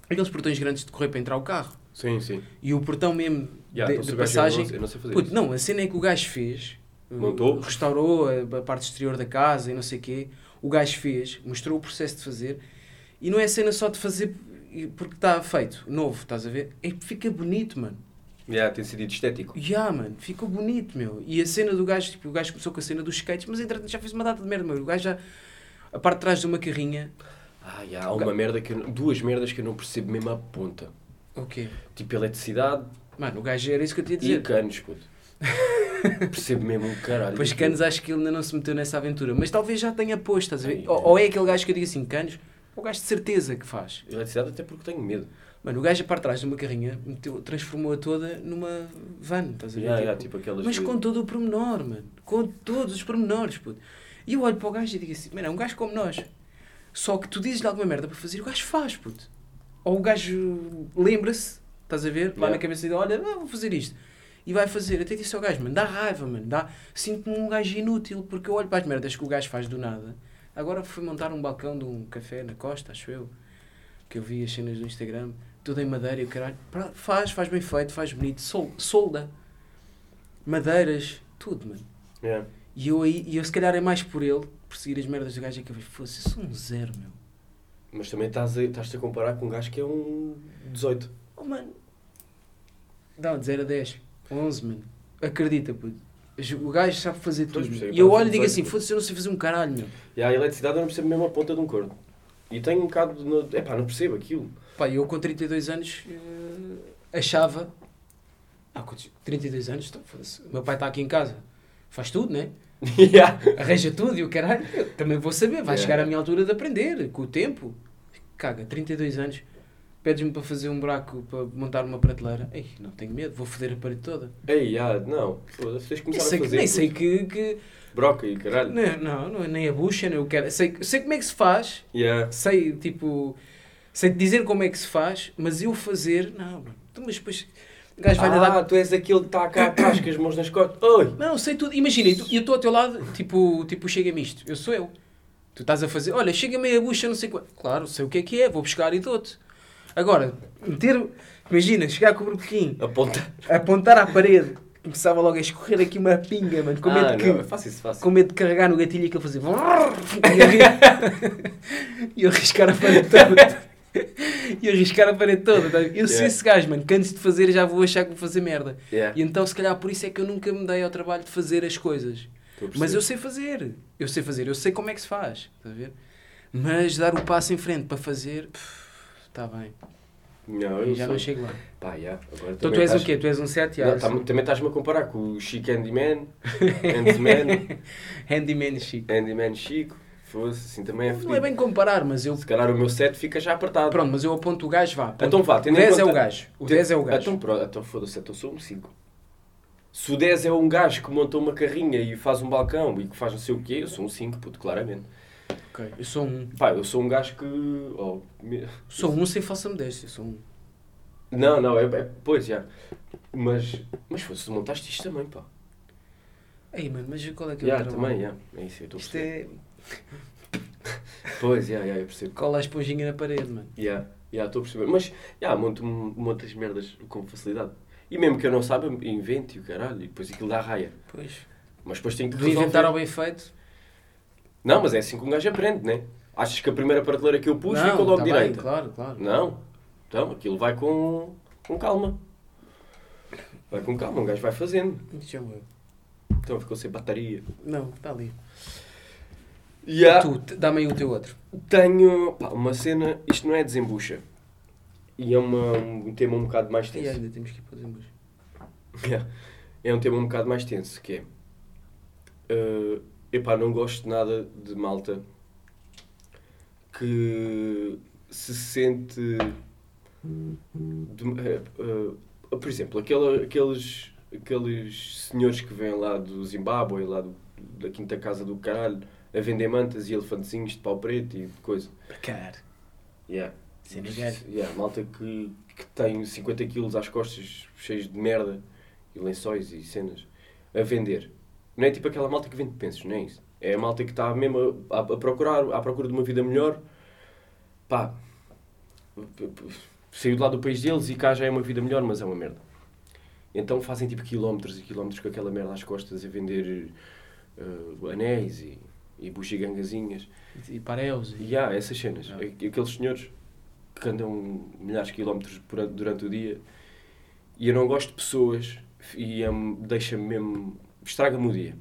Speaker 1: Aqueles portões grandes de correr para entrar o carro.
Speaker 2: Sim, sim.
Speaker 1: E o portão mesmo
Speaker 2: Ya,
Speaker 1: de,
Speaker 2: então se
Speaker 1: de
Speaker 2: o gajo é um
Speaker 1: passagem.
Speaker 2: 11, eu não sei fazer
Speaker 1: Puto,
Speaker 2: isso.
Speaker 1: não, a cena é que o gajo fez. uh,
Speaker 2: Montou?
Speaker 1: Restaurou a, a parte exterior da casa e não sei o quê. O gajo fez, mostrou o processo de fazer. E não é cena só de fazer e- porque está feito, novo, estás a ver? É que fica bonito, mano.
Speaker 2: Ya, tem sentido estético.
Speaker 1: Ya, mano, ficou bonito, meu. E a cena do gajo, tipo, o gajo começou com a cena dos skates, mas entretanto já fez uma data de merda, meu. O gajo já. A parte de trás de uma carrinha.
Speaker 2: Ah, ya, há uma merda que eu não- Duas merdas que eu não percebo mesmo à ponta.
Speaker 1: O quê?
Speaker 2: Tipo eletricidade,
Speaker 1: Mano, o gajo era isso que eu tinha a
Speaker 2: E
Speaker 1: dizer.
Speaker 2: canos, puto. Percebo mesmo o caralho.
Speaker 1: Pois Canos é- acho que ele ainda não se meteu nessa aventura, mas talvez já tenha posto, estás a ver?
Speaker 2: Ai,
Speaker 1: Ou,
Speaker 2: ai.
Speaker 1: ou é aquele gajo que eu digo assim, Canos, é o gajo de certeza que faz.
Speaker 2: Eletricidade até porque tenho medo.
Speaker 1: Mano, o gajo a para trás de uma carrinha meteu- transformou-a toda numa van, estás a ver?
Speaker 2: Yeah, yeah, tipo aquelas
Speaker 1: mas
Speaker 2: de-
Speaker 1: com todo o pormenor, mano. Com todos os pormenores, puto. E eu olho para o gajo e digo assim, mano, é um gajo como nós. Só que tu dizes-lhe alguma merda para fazer, o gajo faz, puto. Ou o gajo lembra-se, estás a ver? Lá
Speaker 2: Yeah.
Speaker 1: na cabeça dele, olha, ah, vou fazer isto. E vai fazer. Até disse ao gajo, mano, dá raiva, mano. Dá... Sinto-me um gajo inútil, porque eu olho para as merdas que o gajo faz do nada. Agora fui montar um balcão de um café na costa, acho eu. Que eu vi as cenas do Instagram, tudo em madeira e o caralho. Pra- Faz, faz bem feito, faz bonito. Sol, solda, madeiras, tudo, mano.
Speaker 2: Yeah.
Speaker 1: E eu aí, e eu se calhar é mais por ele, por seguir as merdas do gajo, é que eu vejo, fosse, eu sou um zero, meu.
Speaker 2: Mas também estás a, estás-te a comparar com um gajo que é um 18.
Speaker 1: Oh, mano. Não, de 0 a 10. 11, mano. Acredita, puto. O gajo sabe fazer tudo.
Speaker 2: Pois, por isso é
Speaker 1: mano.
Speaker 2: que
Speaker 1: E eu
Speaker 2: parece
Speaker 1: olho e digo
Speaker 2: um
Speaker 1: assim:
Speaker 2: dezoito,
Speaker 1: foda-se, eu não sei fazer um caralho, meu.
Speaker 2: E a eletricidade eu não percebo mesmo a ponta de um corno. E tenho um bocado de. no- Epá, não percebo aquilo.
Speaker 1: Pá, eu com 32 anos eh, achava. Ah, com 32 anos, então, foda-se. O meu pai está aqui em casa, faz tudo, né?
Speaker 2: yeah.
Speaker 1: Arranja tudo e o caralho. Eu também vou saber, vai
Speaker 2: Yeah.
Speaker 1: chegar a minha altura de aprender, com o tempo. Caga, 32 anos, pedes-me para fazer um buraco, para montar uma prateleira. Ei, não tenho medo, vou foder a parede toda.
Speaker 2: Ei, yeah, não. Foda-se, tens de
Speaker 1: Nem
Speaker 2: começar
Speaker 1: sei,
Speaker 2: a
Speaker 1: que,
Speaker 2: fazer.
Speaker 1: nem sei que- que,
Speaker 2: puto. Broca e caralho.
Speaker 1: Não, não, não, nem a bucha, nem o que era. Sei, sei como é que se faz,
Speaker 2: Yeah.
Speaker 1: sei, tipo, sei dizer como é que se faz, mas eu fazer, não, mano. Então, Mas depois o Um gajo vai-lhe
Speaker 2: ah,
Speaker 1: dar.
Speaker 2: tu és aquele que está cá atrás com as mãos nas costas. Oi!
Speaker 1: Não, sei tudo. Imagina, e tu- e eu estou ao teu lado, tipo, tipo chega-me isto, eu sou eu. Tu estás a fazer, olha, chega-me a bucha, não sei qual. Claro, sei o que é que é, vou buscar e dou-te. Agora, meter. Imagina, chegar com o bruquinho,
Speaker 2: Aponta.
Speaker 1: apontar à parede, começava logo a escorrer aqui uma pinga, mano, com medo
Speaker 2: ah,
Speaker 1: que.
Speaker 2: não, eu faço isso, faço
Speaker 1: Com medo de carregar no gatilho e aquilo fazer. vrrr, E eu arriscar a parede toda. E eu arriscar a parede toda. tá? Eu sou
Speaker 2: Yeah.
Speaker 1: esse gajo, mano, que antes de fazer já vou achar que vou fazer merda.
Speaker 2: Yeah.
Speaker 1: E então, se calhar, por isso é que eu nunca me dei ao trabalho de fazer as coisas.
Speaker 2: Estou a perceber.
Speaker 1: Mas eu sei fazer. Eu sei fazer. Eu sei como é que se faz. Estás a ver? Mas dar o passo em frente para fazer. Está bem.
Speaker 2: Não, eu
Speaker 1: Eu
Speaker 2: não
Speaker 1: já
Speaker 2: sou.
Speaker 1: não chego lá.
Speaker 2: Pá, yeah, agora
Speaker 1: Então
Speaker 2: também tá
Speaker 1: tu és
Speaker 2: estás-
Speaker 1: o quê? Tu és um 7
Speaker 2: Não, tá- também estás-me a comparar com o Chico Handyman, Handyman,
Speaker 1: Handyman chique.
Speaker 2: Handyman Chico, fosse assim também é
Speaker 1: Não
Speaker 2: fodido.
Speaker 1: é bem comparar, mas eu.
Speaker 2: Se calhar o meu set fica já apertado.
Speaker 1: Ah, Pronto, mas eu aponto o gajo, vá. aponto.
Speaker 2: Então vá,
Speaker 1: o
Speaker 2: tendo em
Speaker 1: 10 é
Speaker 2: conta-
Speaker 1: o gajo. O
Speaker 2: Te-
Speaker 1: 10 é o gajo.
Speaker 2: Então, pronto, então foda-se, então sou um 5. Se o 10 é um gajo que monta uma carrinha e faz um balcão e que faz não sei o quê, eu sou um 5, puto, claramente.
Speaker 1: Ok, Eu sou um.
Speaker 2: Pá, eu sou um gajo que. oh, me-
Speaker 1: Sou um sem falsa modéstia. Sou um.
Speaker 2: Não, não, é, é- Pois já. Mas. Mas foda-se, tu montaste isto também, pá.
Speaker 1: Ei, mano, mas qual é que é
Speaker 2: Já,
Speaker 1: o trabalho?
Speaker 2: também, já. É isso, eu estou a
Speaker 1: Isto
Speaker 2: perceber.
Speaker 1: é.
Speaker 2: Pois, já, já, eu percebo.
Speaker 1: Cola a esponjinha na parede, mano.
Speaker 2: Já, já, estou a perceber. Mas, já, monto monto as merdas com facilidade. E mesmo que eu não saiba, invento e o caralho, e depois aquilo dá raia.
Speaker 1: Pois.
Speaker 2: Mas depois tenho que
Speaker 1: Do inventar ao bem feito.
Speaker 2: Não, mas é assim que um gajo aprende, né? Achas que a primeira prateleira que eu pus
Speaker 1: Não,
Speaker 2: ficou logo
Speaker 1: tá bem,
Speaker 2: direita?
Speaker 1: claro, claro.
Speaker 2: Não. Então, aquilo vai com, com calma. Vai com calma, um gajo vai fazendo.
Speaker 1: Deixa eu ver.
Speaker 2: Então ficou sem bateria.
Speaker 1: é um Não, está ali.
Speaker 2: E há-
Speaker 1: Tu, te- dá-me aí o teu outro.
Speaker 2: tenho pá, uma cena, isto não é desembucha. E é uma, um tema um bocado mais
Speaker 1: E
Speaker 2: tenso.
Speaker 1: ainda temos que ir para o desembucho.
Speaker 2: Yeah. É um tema um bocado mais tenso, que é... eh, epá, não gosto nada de malta que se sente... de- eh, eh, por exemplo, aquela, aqueles, aqueles senhores que vêm lá do Zimbábue, lá do- da quinta casa do caralho, a vender mantas e elefantezinhos de pau preto e coisa.
Speaker 1: Cara.
Speaker 2: Yeah.
Speaker 1: Sim, ninguém.
Speaker 2: Yeah, malta que, que tem 50 quilos às costas cheios de merda e lençóis e cenas a vender. Não é tipo aquela malta que vende pensos, não é isso. É a malta que está mesmo a, a procurar, à procura de uma vida melhor. Pá, p- p- saiu de lá do país deles e cá já é uma vida melhor, mas é uma merda. Então fazem tipo quilómetros e quilómetros com aquela merda às costas a vender eh, anéis e, e bugigangazinhas.
Speaker 1: E para eles.
Speaker 2: E há essas cenas.
Speaker 1: Ah.
Speaker 2: Aqu- Aqueles senhores que andam milhares de quilómetros por an- durante o dia. E eu não gosto de pessoas e hum, deixa-me mesmo. estraga-me o dia.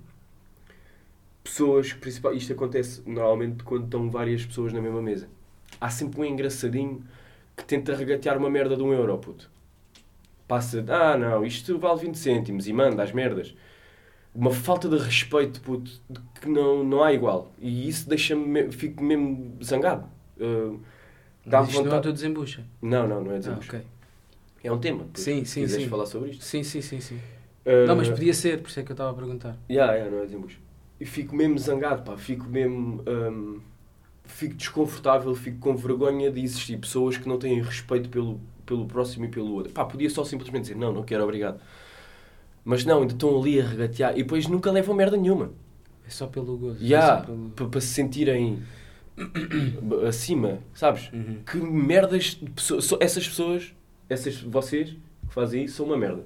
Speaker 2: Pessoas, principal, isto acontece normalmente quando estão várias pessoas na mesma mesa. Há sempre um engraçadinho que tenta regatear uma merda de um euro, puto. Passa, de, ah não, isto vale 20 cêntimos e manda as merdas. Uma falta de respeito, puto, de que não, não há igual. E isso deixa-me, me- fico mesmo zangado. Uh,
Speaker 1: Dá
Speaker 2: dá
Speaker 1: isto não é o
Speaker 2: vontade.
Speaker 1: teu desembucha.
Speaker 2: Não, não, não é
Speaker 1: Ah,
Speaker 2: desembucha.
Speaker 1: ok.
Speaker 2: É um tema. puto.
Speaker 1: Sim, sim,
Speaker 2: Quiseres
Speaker 1: sim.
Speaker 2: falar sobre isto?
Speaker 1: Sim, sim, sim, sim.
Speaker 2: Uh,
Speaker 1: Não, mas podia ser, por isso é que eu estava a perguntar.
Speaker 2: Yeah, yeah, não é desembucho. E fico mesmo zangado, pá. Fico mesmo. hum, fico desconfortável, fico com vergonha de existir pessoas que não têm respeito pelo, pelo próximo e pelo outro. Pá, podia só simplesmente dizer não, não quero, obrigado. Mas não, ainda estão ali a regatear e depois nunca levam merda nenhuma.
Speaker 1: É só pelo gozo. É
Speaker 2: Yeah,
Speaker 1: só pelo...
Speaker 2: para se sentirem b- acima, sabes?
Speaker 1: Uhum.
Speaker 2: Que merdas de pessoas. só Essas pessoas, essas, vocês que fazem isso, são uma merda.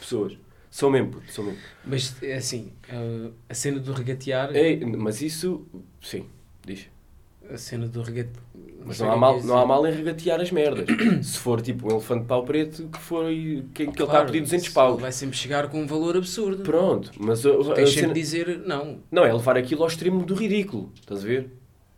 Speaker 2: Pessoas. São mesmo, puto, são mesmo.
Speaker 1: Mas é assim, uh, a cena do regatear.
Speaker 2: Ei, mas isso, sim, diz.
Speaker 1: A cena do regate.
Speaker 2: Mas
Speaker 1: sei
Speaker 2: não
Speaker 1: o que
Speaker 2: há,
Speaker 1: é
Speaker 2: mal,
Speaker 1: isso.
Speaker 2: não há mal em regatear as merdas. Se for tipo um elefante de pau preto que foi que, que ele tá está a
Speaker 1: Claro,
Speaker 2: pedir 200
Speaker 1: isso
Speaker 2: paus.
Speaker 1: Vai sempre chegar com um valor absurdo.
Speaker 2: Pronto, mas a, a,
Speaker 1: Tu
Speaker 2: a
Speaker 1: Tens sempre
Speaker 2: cena-
Speaker 1: de dizer não.
Speaker 2: Não, é levar aquilo ao extremo do ridículo, estás a ver?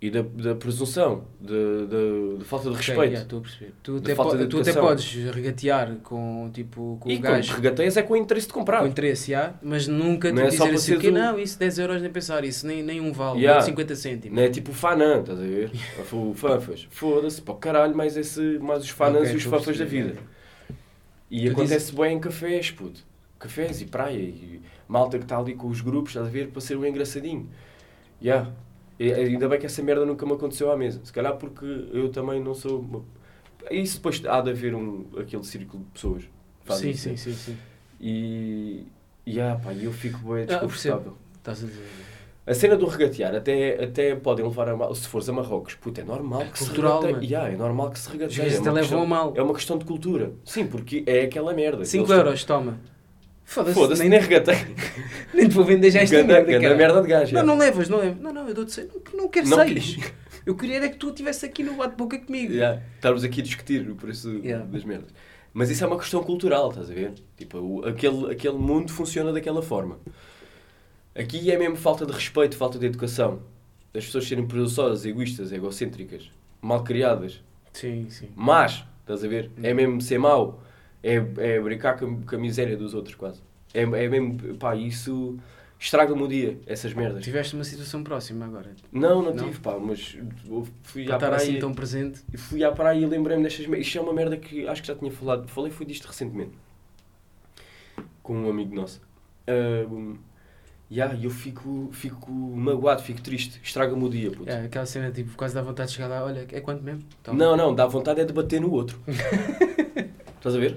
Speaker 2: E da, da presunção, de, de- de falta de
Speaker 1: Ok,
Speaker 2: respeito.
Speaker 1: já, Estou a perceber. Tu
Speaker 2: De
Speaker 1: até,
Speaker 2: falta
Speaker 1: po-
Speaker 2: de
Speaker 1: tu até
Speaker 2: educação.
Speaker 1: podes regatear com tipo com
Speaker 2: E
Speaker 1: o
Speaker 2: quando
Speaker 1: gajo
Speaker 2: te regateias é com o interesse de comprar.
Speaker 1: com interesse, já, mas nunca
Speaker 2: Não
Speaker 1: te
Speaker 2: é
Speaker 1: dizer
Speaker 2: só
Speaker 1: assim,
Speaker 2: para
Speaker 1: o
Speaker 2: seres
Speaker 1: quê?
Speaker 2: um-
Speaker 1: não, isso 10 euros nem pensar, isso nem, nem um vale,
Speaker 2: Yeah.
Speaker 1: nem 50 cêntimos.
Speaker 2: Não é tipo o Fanã, estás a ver? o Fanfas. Foda-se, para o caralho, mais, esse, mais os Fanãs
Speaker 1: Ok,
Speaker 2: e os
Speaker 1: estou a
Speaker 2: Fanfas da
Speaker 1: perceber, é.
Speaker 2: vida. E
Speaker 1: Tu
Speaker 2: acontece bem em cafés, puto. Cafés e praia e malta que está ali com os grupos, estás a ver? Para ser um engraçadinho. Yeah. E- Ainda bem que essa merda nunca me aconteceu à mesa. Se calhar porque eu também não sou. Uma... Isso depois há de haver um, aquele círculo de pessoas. que fazem
Speaker 1: Sim,
Speaker 2: isso,
Speaker 1: sim,
Speaker 2: né?
Speaker 1: sim, sim.
Speaker 2: E. Yeah, pá, e eu fico bem
Speaker 1: Ah, eu percebo.
Speaker 2: desconfortável.
Speaker 1: Estás a dizer.
Speaker 2: A cena do regatear até, até podem levar a mal. Se fores a Marrocos, puto, é normal que
Speaker 1: Cultural,
Speaker 2: se
Speaker 1: mano.
Speaker 2: regateie. Yeah, é normal que se
Speaker 1: Os
Speaker 2: regateie.
Speaker 1: gajos
Speaker 2: é
Speaker 1: até
Speaker 2: uma
Speaker 1: levam
Speaker 2: questão-
Speaker 1: a mal.
Speaker 2: É uma questão de cultura. Sim, porque é aquela merda.
Speaker 1: 5
Speaker 2: Eles-
Speaker 1: euros, toma. Foda-se,
Speaker 2: Foda-se, nem,
Speaker 1: nem,
Speaker 2: regatei.
Speaker 1: nem te vou vender já esta
Speaker 2: Ganda,
Speaker 1: merda,
Speaker 2: ganda
Speaker 1: caralho.
Speaker 2: merda de gajo.
Speaker 1: Não,
Speaker 2: é.
Speaker 1: não levas, não levas. Não, não, eu dou-te seis. Não, não quero
Speaker 2: Não
Speaker 1: seis. Eu queria era que tu estivesse aqui no bate-boca comigo.
Speaker 2: Yeah, Estarmos aqui a discutir o preço
Speaker 1: Yeah.
Speaker 2: das merdas. Mas isso é uma questão cultural, estás a ver? Tipo, o- aquele, aquele mundo funciona daquela forma. Aqui é mesmo falta de respeito, falta de educação. As pessoas serem presunçosas, egoístas, egocêntricas, mal criadas,
Speaker 1: Sim, sim.
Speaker 2: más, estás a ver? É mesmo ser mau, é, é brincar com, com a miséria dos outros quase. É, é mesmo, pá, isso estraga-me o dia, essas merdas.
Speaker 1: Tiveste uma situação próxima agora.
Speaker 2: Não, não,
Speaker 1: Não?
Speaker 2: tive, pá, mas eu fui
Speaker 1: Já
Speaker 2: à
Speaker 1: estar
Speaker 2: praia...
Speaker 1: assim tão presente.
Speaker 2: E fui à praia e lembrei-me destas merdas. Isto é uma merda que acho que já tinha falado. Falei foi disto recentemente. Com um amigo nosso. Ahm, yeah, E eu fico, fico magoado, fico triste. Estraga-me o dia, puto.
Speaker 1: É, aquela cena tipo, quase dá vontade de chegar lá. Olha, é quanto mesmo? Toma.
Speaker 2: Não, não, dá vontade é de bater no outro. Estás a ver?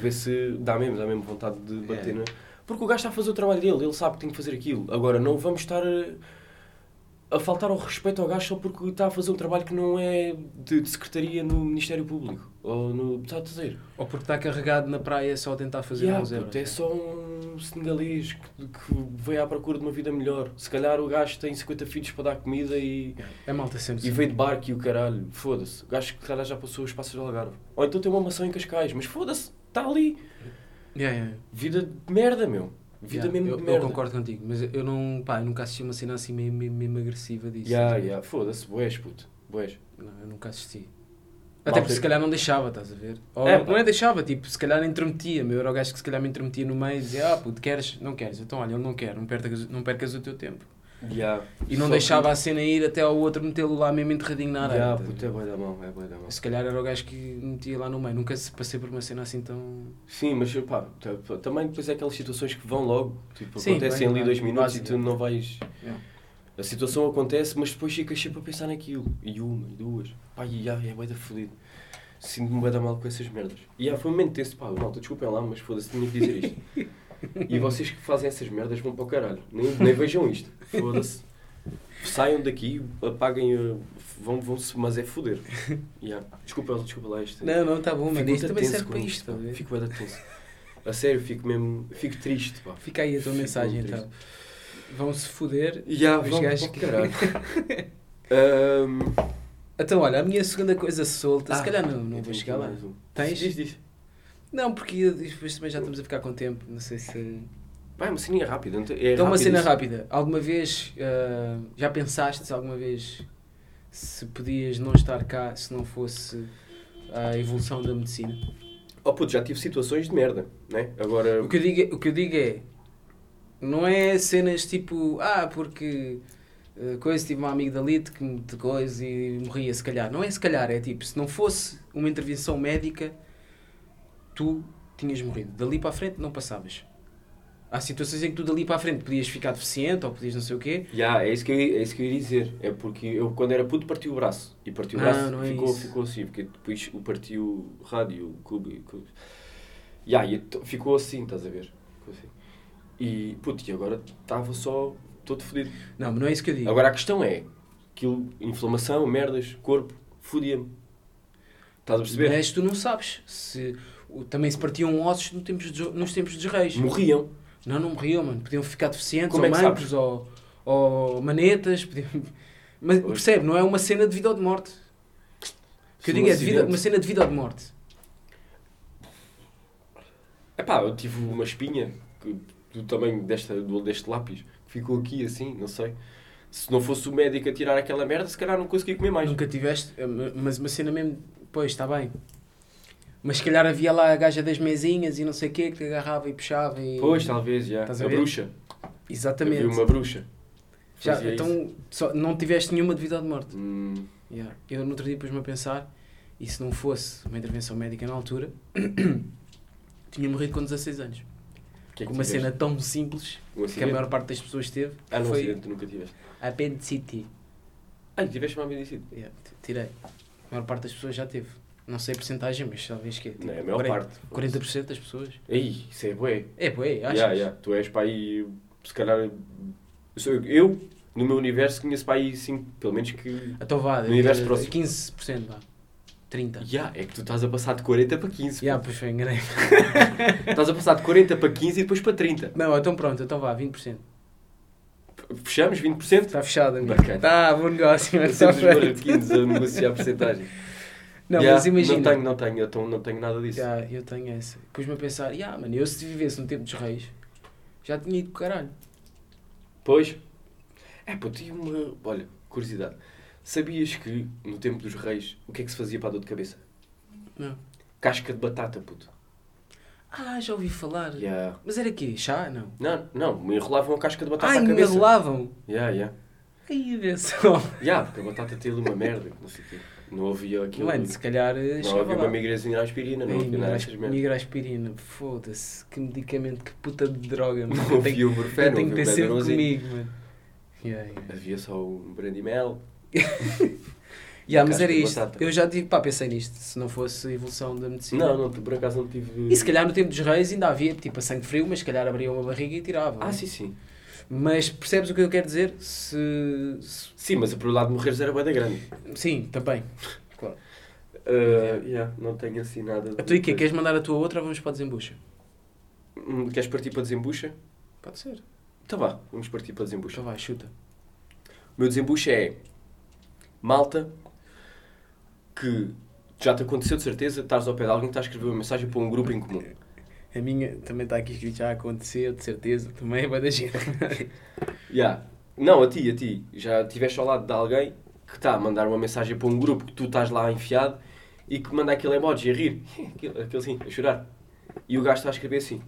Speaker 2: Ver se dá mesmo, dá mesmo vontade de bater
Speaker 1: Yeah.
Speaker 2: na. Porque o gajo está a fazer o trabalho dele, ele sabe que tem que fazer aquilo. Agora, não vamos estar a, a faltar ao respeito ao gajo só porque está a fazer um trabalho que não é de, de secretaria no Ministério Público. Ou no. Está a dizer?
Speaker 1: Ou porque está carregado na praia só a tentar fazer
Speaker 2: Yeah,
Speaker 1: uns euros. né?
Speaker 2: puto, é só um senegalês que, que veio à procura de uma vida melhor. Se calhar o gajo tem 50 filhos para dar comida e.
Speaker 1: É malta sempre.
Speaker 2: E veio de barco e o caralho, foda-se. O gajo que cara já passou os passos do Algarve. Ou então tem uma maçã em Cascais, mas foda-se, está ali.
Speaker 1: Yeah, yeah.
Speaker 2: Vida de merda, meu. Vida
Speaker 1: Yeah,
Speaker 2: mesmo
Speaker 1: eu,
Speaker 2: de
Speaker 1: eu
Speaker 2: merda.
Speaker 1: concordo contigo, mas eu não, pá, eu nunca assisti uma cena assim meio, meio, meio agressiva disso.
Speaker 2: Ya, ya, foda-se, boés, puto. Boés.
Speaker 1: Não, eu nunca assisti.
Speaker 2: Malta-
Speaker 1: Até porque se calhar não deixava, estás a ver? Ou
Speaker 2: É,
Speaker 1: não,
Speaker 2: pá.
Speaker 1: não é deixava, tipo, se calhar intrometia. Meu era o gajo que se calhar me intrometia no meio e dizia, ah, puto, queres? Não queres? Então olha, ele não quer, não percas, não percas o teu tempo.
Speaker 2: Ya.
Speaker 1: E não
Speaker 2: Só
Speaker 1: deixava tá a cena ir até ao outro metê-lo lá mesmo enterradinho
Speaker 2: que-
Speaker 1: na
Speaker 2: Ya,
Speaker 1: areia. estás a
Speaker 2: puto,
Speaker 1: ver?
Speaker 2: é boi da mão, é boi da mão.
Speaker 1: se calhar era o gajo que metia lá no meio. Nunca se passei por uma cena assim tão.
Speaker 2: Sim, mas pá, t- pá, também depois é aquelas situações que vão logo. Tipo,
Speaker 1: Sim,
Speaker 2: acontecem
Speaker 1: bem,
Speaker 2: ali
Speaker 1: bem,
Speaker 2: dois minutos
Speaker 1: básico.
Speaker 2: e tu não vais.
Speaker 1: Ya.
Speaker 2: A situação acontece, mas depois ficas sempre a pensar naquilo. E uma, e duas. Pá, e já, é bué da fodido. Sinto-me bué da mal com essas merdas. E já foi um momento tenso, pá, malta, desculpem lá, mas foda-se, tinha que dizer isto. e vocês que fazem essas merdas vão para o caralho. Nem, nem vejam isto. Foda-se. Saiam daqui, apaguem, uh, vão, vão -se, mas é foder. Yeah. Desculpa, desculpa lá isto. é-
Speaker 1: Não, não, tá bom,
Speaker 2: Fico
Speaker 1: mano.
Speaker 2: bué da
Speaker 1: Isto também
Speaker 2: tenso
Speaker 1: serve
Speaker 2: com
Speaker 1: para isto,
Speaker 2: pá.
Speaker 1: estás a ver?
Speaker 2: Fico bué da tenso. A sério, fico mesmo, fico triste, pá.
Speaker 1: Fica aí a tua
Speaker 2: Fico
Speaker 1: mensagem
Speaker 2: triste.
Speaker 1: então. Vão-se foder.
Speaker 2: E já,
Speaker 1: Os
Speaker 2: vão
Speaker 1: gajos
Speaker 2: para
Speaker 1: que-
Speaker 2: o caralho. Ahm,
Speaker 1: Então, olha, a minha segunda coisa solta, se
Speaker 2: Ah,
Speaker 1: calhar não,
Speaker 2: eu
Speaker 1: não
Speaker 2: tenho
Speaker 1: vou chegar lá.
Speaker 2: mais um.
Speaker 1: Tens?
Speaker 2: Diz, diz.
Speaker 1: Não, porque eu- depois também já estamos a ficar com tempo, não sei se.
Speaker 2: Vai, uma ceninha rápida. não te- É
Speaker 1: então, uma
Speaker 2: rápido
Speaker 1: cena
Speaker 2: isso.
Speaker 1: rápida. Alguma vez ah, já pensaste se alguma vez se podias não estar cá se não fosse a evolução da medicina?
Speaker 2: Oh puto, já tive situações de merda, né? Agora.
Speaker 1: O que eu digo, é- o que eu digo é. Não é cenas tipo. Ah, porque. eh, Coisa, tive uma amiga da LIT que me de coisa e morria, se calhar. Não é se calhar, é tipo, se não fosse uma intervenção médica, tu tinhas morrido. Dali para a frente não passavas. Há situações em que tu dali para a frente podias ficar deficiente ou podias não sei o quê.
Speaker 2: Já, é isso, que eu, ia- é isso que eu ia dizer. É porque eu, quando era puto, parti o braço. E parti o
Speaker 1: Não,
Speaker 2: braço
Speaker 1: não é
Speaker 2: ficou,
Speaker 1: isso.
Speaker 2: ficou assim, porque depois o parti o rádio, o clube. o clube. Já, e t- ficou assim, estás a ver? Ficou assim. E puto, e agora estava só todo fodido.
Speaker 1: Não, mas não é isso que eu digo.
Speaker 2: Agora a questão é: aquilo, inflamação, merdas, corpo, fodia-me. Estás a perceber?
Speaker 1: mas tu não sabes. Se, o- também se partiam ossos no tempos dos- nos tempos dos reis.
Speaker 2: Morriam.
Speaker 1: Não, não morriam, mano. Podiam ficar deficientes,
Speaker 2: Como
Speaker 1: ou
Speaker 2: é que
Speaker 1: mancos, ou, ou manetas. Podiam... Mas
Speaker 2: Pois.
Speaker 1: percebe, não é uma cena de vida ou de morte. O que eu
Speaker 2: Foi um
Speaker 1: digo é de vida-
Speaker 2: acidente.
Speaker 1: uma cena de vida ou de morte.
Speaker 2: Epá, eu tive uma espinha que- do tamanho desta, do- deste lápis que ficou aqui assim, não sei. Se não fosse o médico a tirar aquela merda, se calhar não conseguia comer mais.
Speaker 1: Nunca tiveste, eh, ma- mas uma cena mesmo. Pois, está bem. Mas se calhar havia lá a gaja das mesinhas e não sei o quê que te agarrava e puxava e.
Speaker 2: Pois, talvez, já.
Speaker 1: Estás a
Speaker 2: a
Speaker 1: ver?
Speaker 2: bruxa.
Speaker 1: Exatamente.
Speaker 2: Eu vi uma bruxa.
Speaker 1: Já,
Speaker 2: Fazia isso.
Speaker 1: então só, não tiveste nenhuma de vida ou de morte.
Speaker 2: Hum,
Speaker 1: Yeah. Eu no outro dia pus-me a pensar, e se não fosse uma intervenção médica na altura, tinha morrido com 16 anos.
Speaker 2: o que é que
Speaker 1: com uma
Speaker 2: tiveste?
Speaker 1: cena tão simples
Speaker 2: Um
Speaker 1: que a
Speaker 2: acidente?
Speaker 1: maior parte das pessoas teve
Speaker 2: Ah, não,
Speaker 1: foi
Speaker 2: acidente, nunca tiveste.
Speaker 1: apendicite.
Speaker 2: Ah, tiveste uma medicina.
Speaker 1: Yeah, t- tirei. A maior parte das pessoas já teve. Não sei a porcentagem, mas talvez que é. Tipo,
Speaker 2: Não, é a maior
Speaker 1: 40,
Speaker 2: parte.
Speaker 1: 40% das pessoas.
Speaker 2: Ei, isso é bué.
Speaker 1: É, pô, é, achas?
Speaker 2: Já, já. Tu és para aí, se calhar, Eu, sou- eu, no meu universo, conheço para aí 5, pelo menos que.
Speaker 1: Então vá,
Speaker 2: No universo
Speaker 1: eh,
Speaker 2: próximo.
Speaker 1: 15%, vá. 30%.
Speaker 2: Yeah, é que tu estás a passar de 40 para 15. pô.
Speaker 1: Yeah, pois foi, enganei.
Speaker 2: Estás a passar de 40 para 15 e depois para 30.
Speaker 1: Não, então pronto, então vá, 20%.
Speaker 2: Fechamos 20%?
Speaker 1: Está fechado, amigo.
Speaker 2: Bacana.
Speaker 1: Tá, bom negócio, mas está
Speaker 2: Temos os
Speaker 1: feito.
Speaker 2: barraquinhos a negociar a porcentagem.
Speaker 1: Não,
Speaker 2: Yeah,
Speaker 1: mas imagina.
Speaker 2: Não tenho, não tenho, então não tenho nada disso.
Speaker 1: Yeah, eu tenho essa. Pus-me a pensar, yeah, mano, eu se vivesse no tempo dos reis, já tinha ido com caralho.
Speaker 2: Pois. É, pô, tinha uma. Olha, curiosidade. Sabias que no tempo dos reis, o que é que se fazia para a dor de cabeça?
Speaker 1: Não.
Speaker 2: Casca de batata, puto.
Speaker 1: Ah, já ouvi falar.
Speaker 2: Yeah.
Speaker 1: Mas era quê? Chá? Não.
Speaker 2: Não, não, me enrolavam a casca de batata
Speaker 1: Ai,
Speaker 2: à
Speaker 1: me
Speaker 2: cabeça.
Speaker 1: enrolavam.
Speaker 2: Yeah, yeah.
Speaker 1: Ai, a ver só.
Speaker 2: Yeah, porque a batata tem ali uma merda, não sei o quê. Não havia aquilo.
Speaker 1: Mano, se calhar eh,
Speaker 2: não
Speaker 1: chegava
Speaker 2: havia uma
Speaker 1: lá.
Speaker 2: migrezinha à aspirina, não
Speaker 1: Ai,
Speaker 2: havia nada
Speaker 1: migra-
Speaker 2: dessas merdas.
Speaker 1: Migraspirina, foda-se, que medicamento, que puta de droga, mano.
Speaker 2: Não
Speaker 1: Eu tenho,
Speaker 2: havia o
Speaker 1: eu
Speaker 2: burfé, não é
Speaker 1: tenho que
Speaker 2: havia
Speaker 1: ter
Speaker 2: o
Speaker 1: sempre
Speaker 2: bedronzinho.
Speaker 1: comigo, mano. Yeah, yeah.
Speaker 2: Havia só um brandy mel.
Speaker 1: Yeah, mas
Speaker 2: é Casca
Speaker 1: era
Speaker 2: de
Speaker 1: isto.
Speaker 2: batata.
Speaker 1: Eu já tive, pá, pensei nisto, se não fosse a evolução da medicina.
Speaker 2: Não, não, por acaso não tive...
Speaker 1: E se calhar no tempo dos reis ainda havia, tipo, a sangue frio, mas se calhar abria uma barriga e tirava.
Speaker 2: Ah, sim, sim.
Speaker 1: Mas percebes o que eu quero dizer? Se, se-
Speaker 2: Sim, mas a probabilidade de morreres era bué da grande.
Speaker 1: Sim, também.
Speaker 2: Uh, yeah, não tenho assim nada.
Speaker 1: A
Speaker 2: de-
Speaker 1: tua e quê? Queres mandar a tua outra ou vamos para a desembucha?
Speaker 2: Hum, Queres partir para desembucha?
Speaker 1: Pode ser.
Speaker 2: Então vá, vamos partir para desembucha.
Speaker 1: Então vai, chuta. Então.
Speaker 2: O meu desembucha é malta que já te aconteceu de certeza estás ao pé de alguém que está a escrever uma mensagem para um grupo em comum.
Speaker 1: A minha também está aqui escrito já a acontecer, de certeza. Também é bué da gente.
Speaker 2: Yeah. Não, a ti, a ti. Já estiveste ao lado de alguém que está a mandar uma mensagem para um grupo que tu estás lá enfiado e que manda aquele emoji a rir, aquele, aquele assim, a chorar. E o gajo está a escrever assim.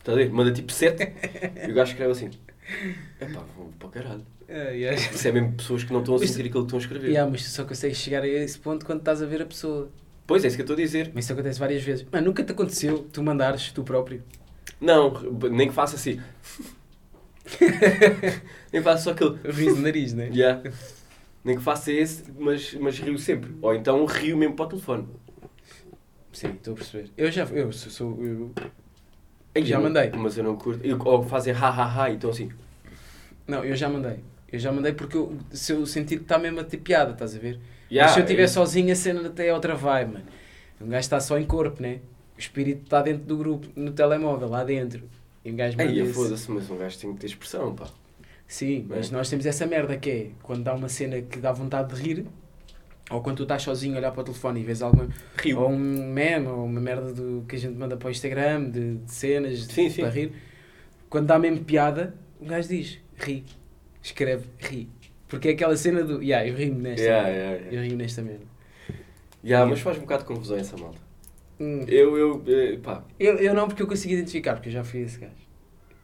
Speaker 2: Está a ver? Manda tipo 7 e o gajo escreve assim. Epá, vão para o caralho.
Speaker 1: É, yeah.
Speaker 2: Isso é mesmo pessoas que não estão a
Speaker 1: Mas-
Speaker 2: sentir aquilo que estão a escrever.
Speaker 1: Yeah, mas tu só consegues chegar a esse ponto quando estás a ver a pessoa.
Speaker 2: Pois é, isso que eu estou a dizer.
Speaker 1: Mas isso acontece várias vezes. Mano, nunca te aconteceu tu mandares tu próprio.
Speaker 2: Não, nem que faça assim. nem faça só aquele.
Speaker 1: Riso de nariz, né?
Speaker 2: Yeah. Nem que faça esse, mas, mas rio sempre. Ou então rio mesmo para o telefone.
Speaker 1: Sim, estou a perceber. Eu já eu sou, sou- eu-
Speaker 2: Ei,
Speaker 1: Já
Speaker 2: eu não-
Speaker 1: mandei.
Speaker 2: Mas eu não curto. Eu- ou fazem ha ha ha, então assim.
Speaker 1: Não, eu já mandei. Eu já mandei porque eu, se eu sentir que está mesmo a ter piada, estás a ver?
Speaker 2: Yeah,
Speaker 1: Mas se eu estiver
Speaker 2: é-
Speaker 1: sozinho, a cena até é outra vibe, mano. Um gajo está só em corpo, né? O espírito está dentro do grupo, no telemóvel, lá dentro. E um gajo manda
Speaker 2: Ei,
Speaker 1: esse-
Speaker 2: foda-se, mas um gajo tem que ter expressão, pá.
Speaker 1: Sim, mas
Speaker 2: Bem.
Speaker 1: nós temos essa merda que é quando dá uma cena que dá vontade de rir, ou quando tu estás sozinho a olhar para o telefone e vês alguma.
Speaker 2: Rio.
Speaker 1: Ou um meme, ou uma merda do, que a gente manda para o Instagram, de, de cenas, de-
Speaker 2: Sim, sim.
Speaker 1: para rir. Quando dá mesmo piada, um gajo diz, ri. Escreve, ri. Porque é aquela cena do. Yeah, eu rimo nesta.
Speaker 2: Yeah,
Speaker 1: merda.
Speaker 2: yeah, yeah.
Speaker 1: Eu rimo nesta merda.
Speaker 2: Yeah, mas faz um bocado de confusão essa malta.
Speaker 1: Hum.
Speaker 2: Eu, eu, eh, pá,
Speaker 1: Eu, eu não, porque eu consigo identificar, porque eu já fui esse gajo.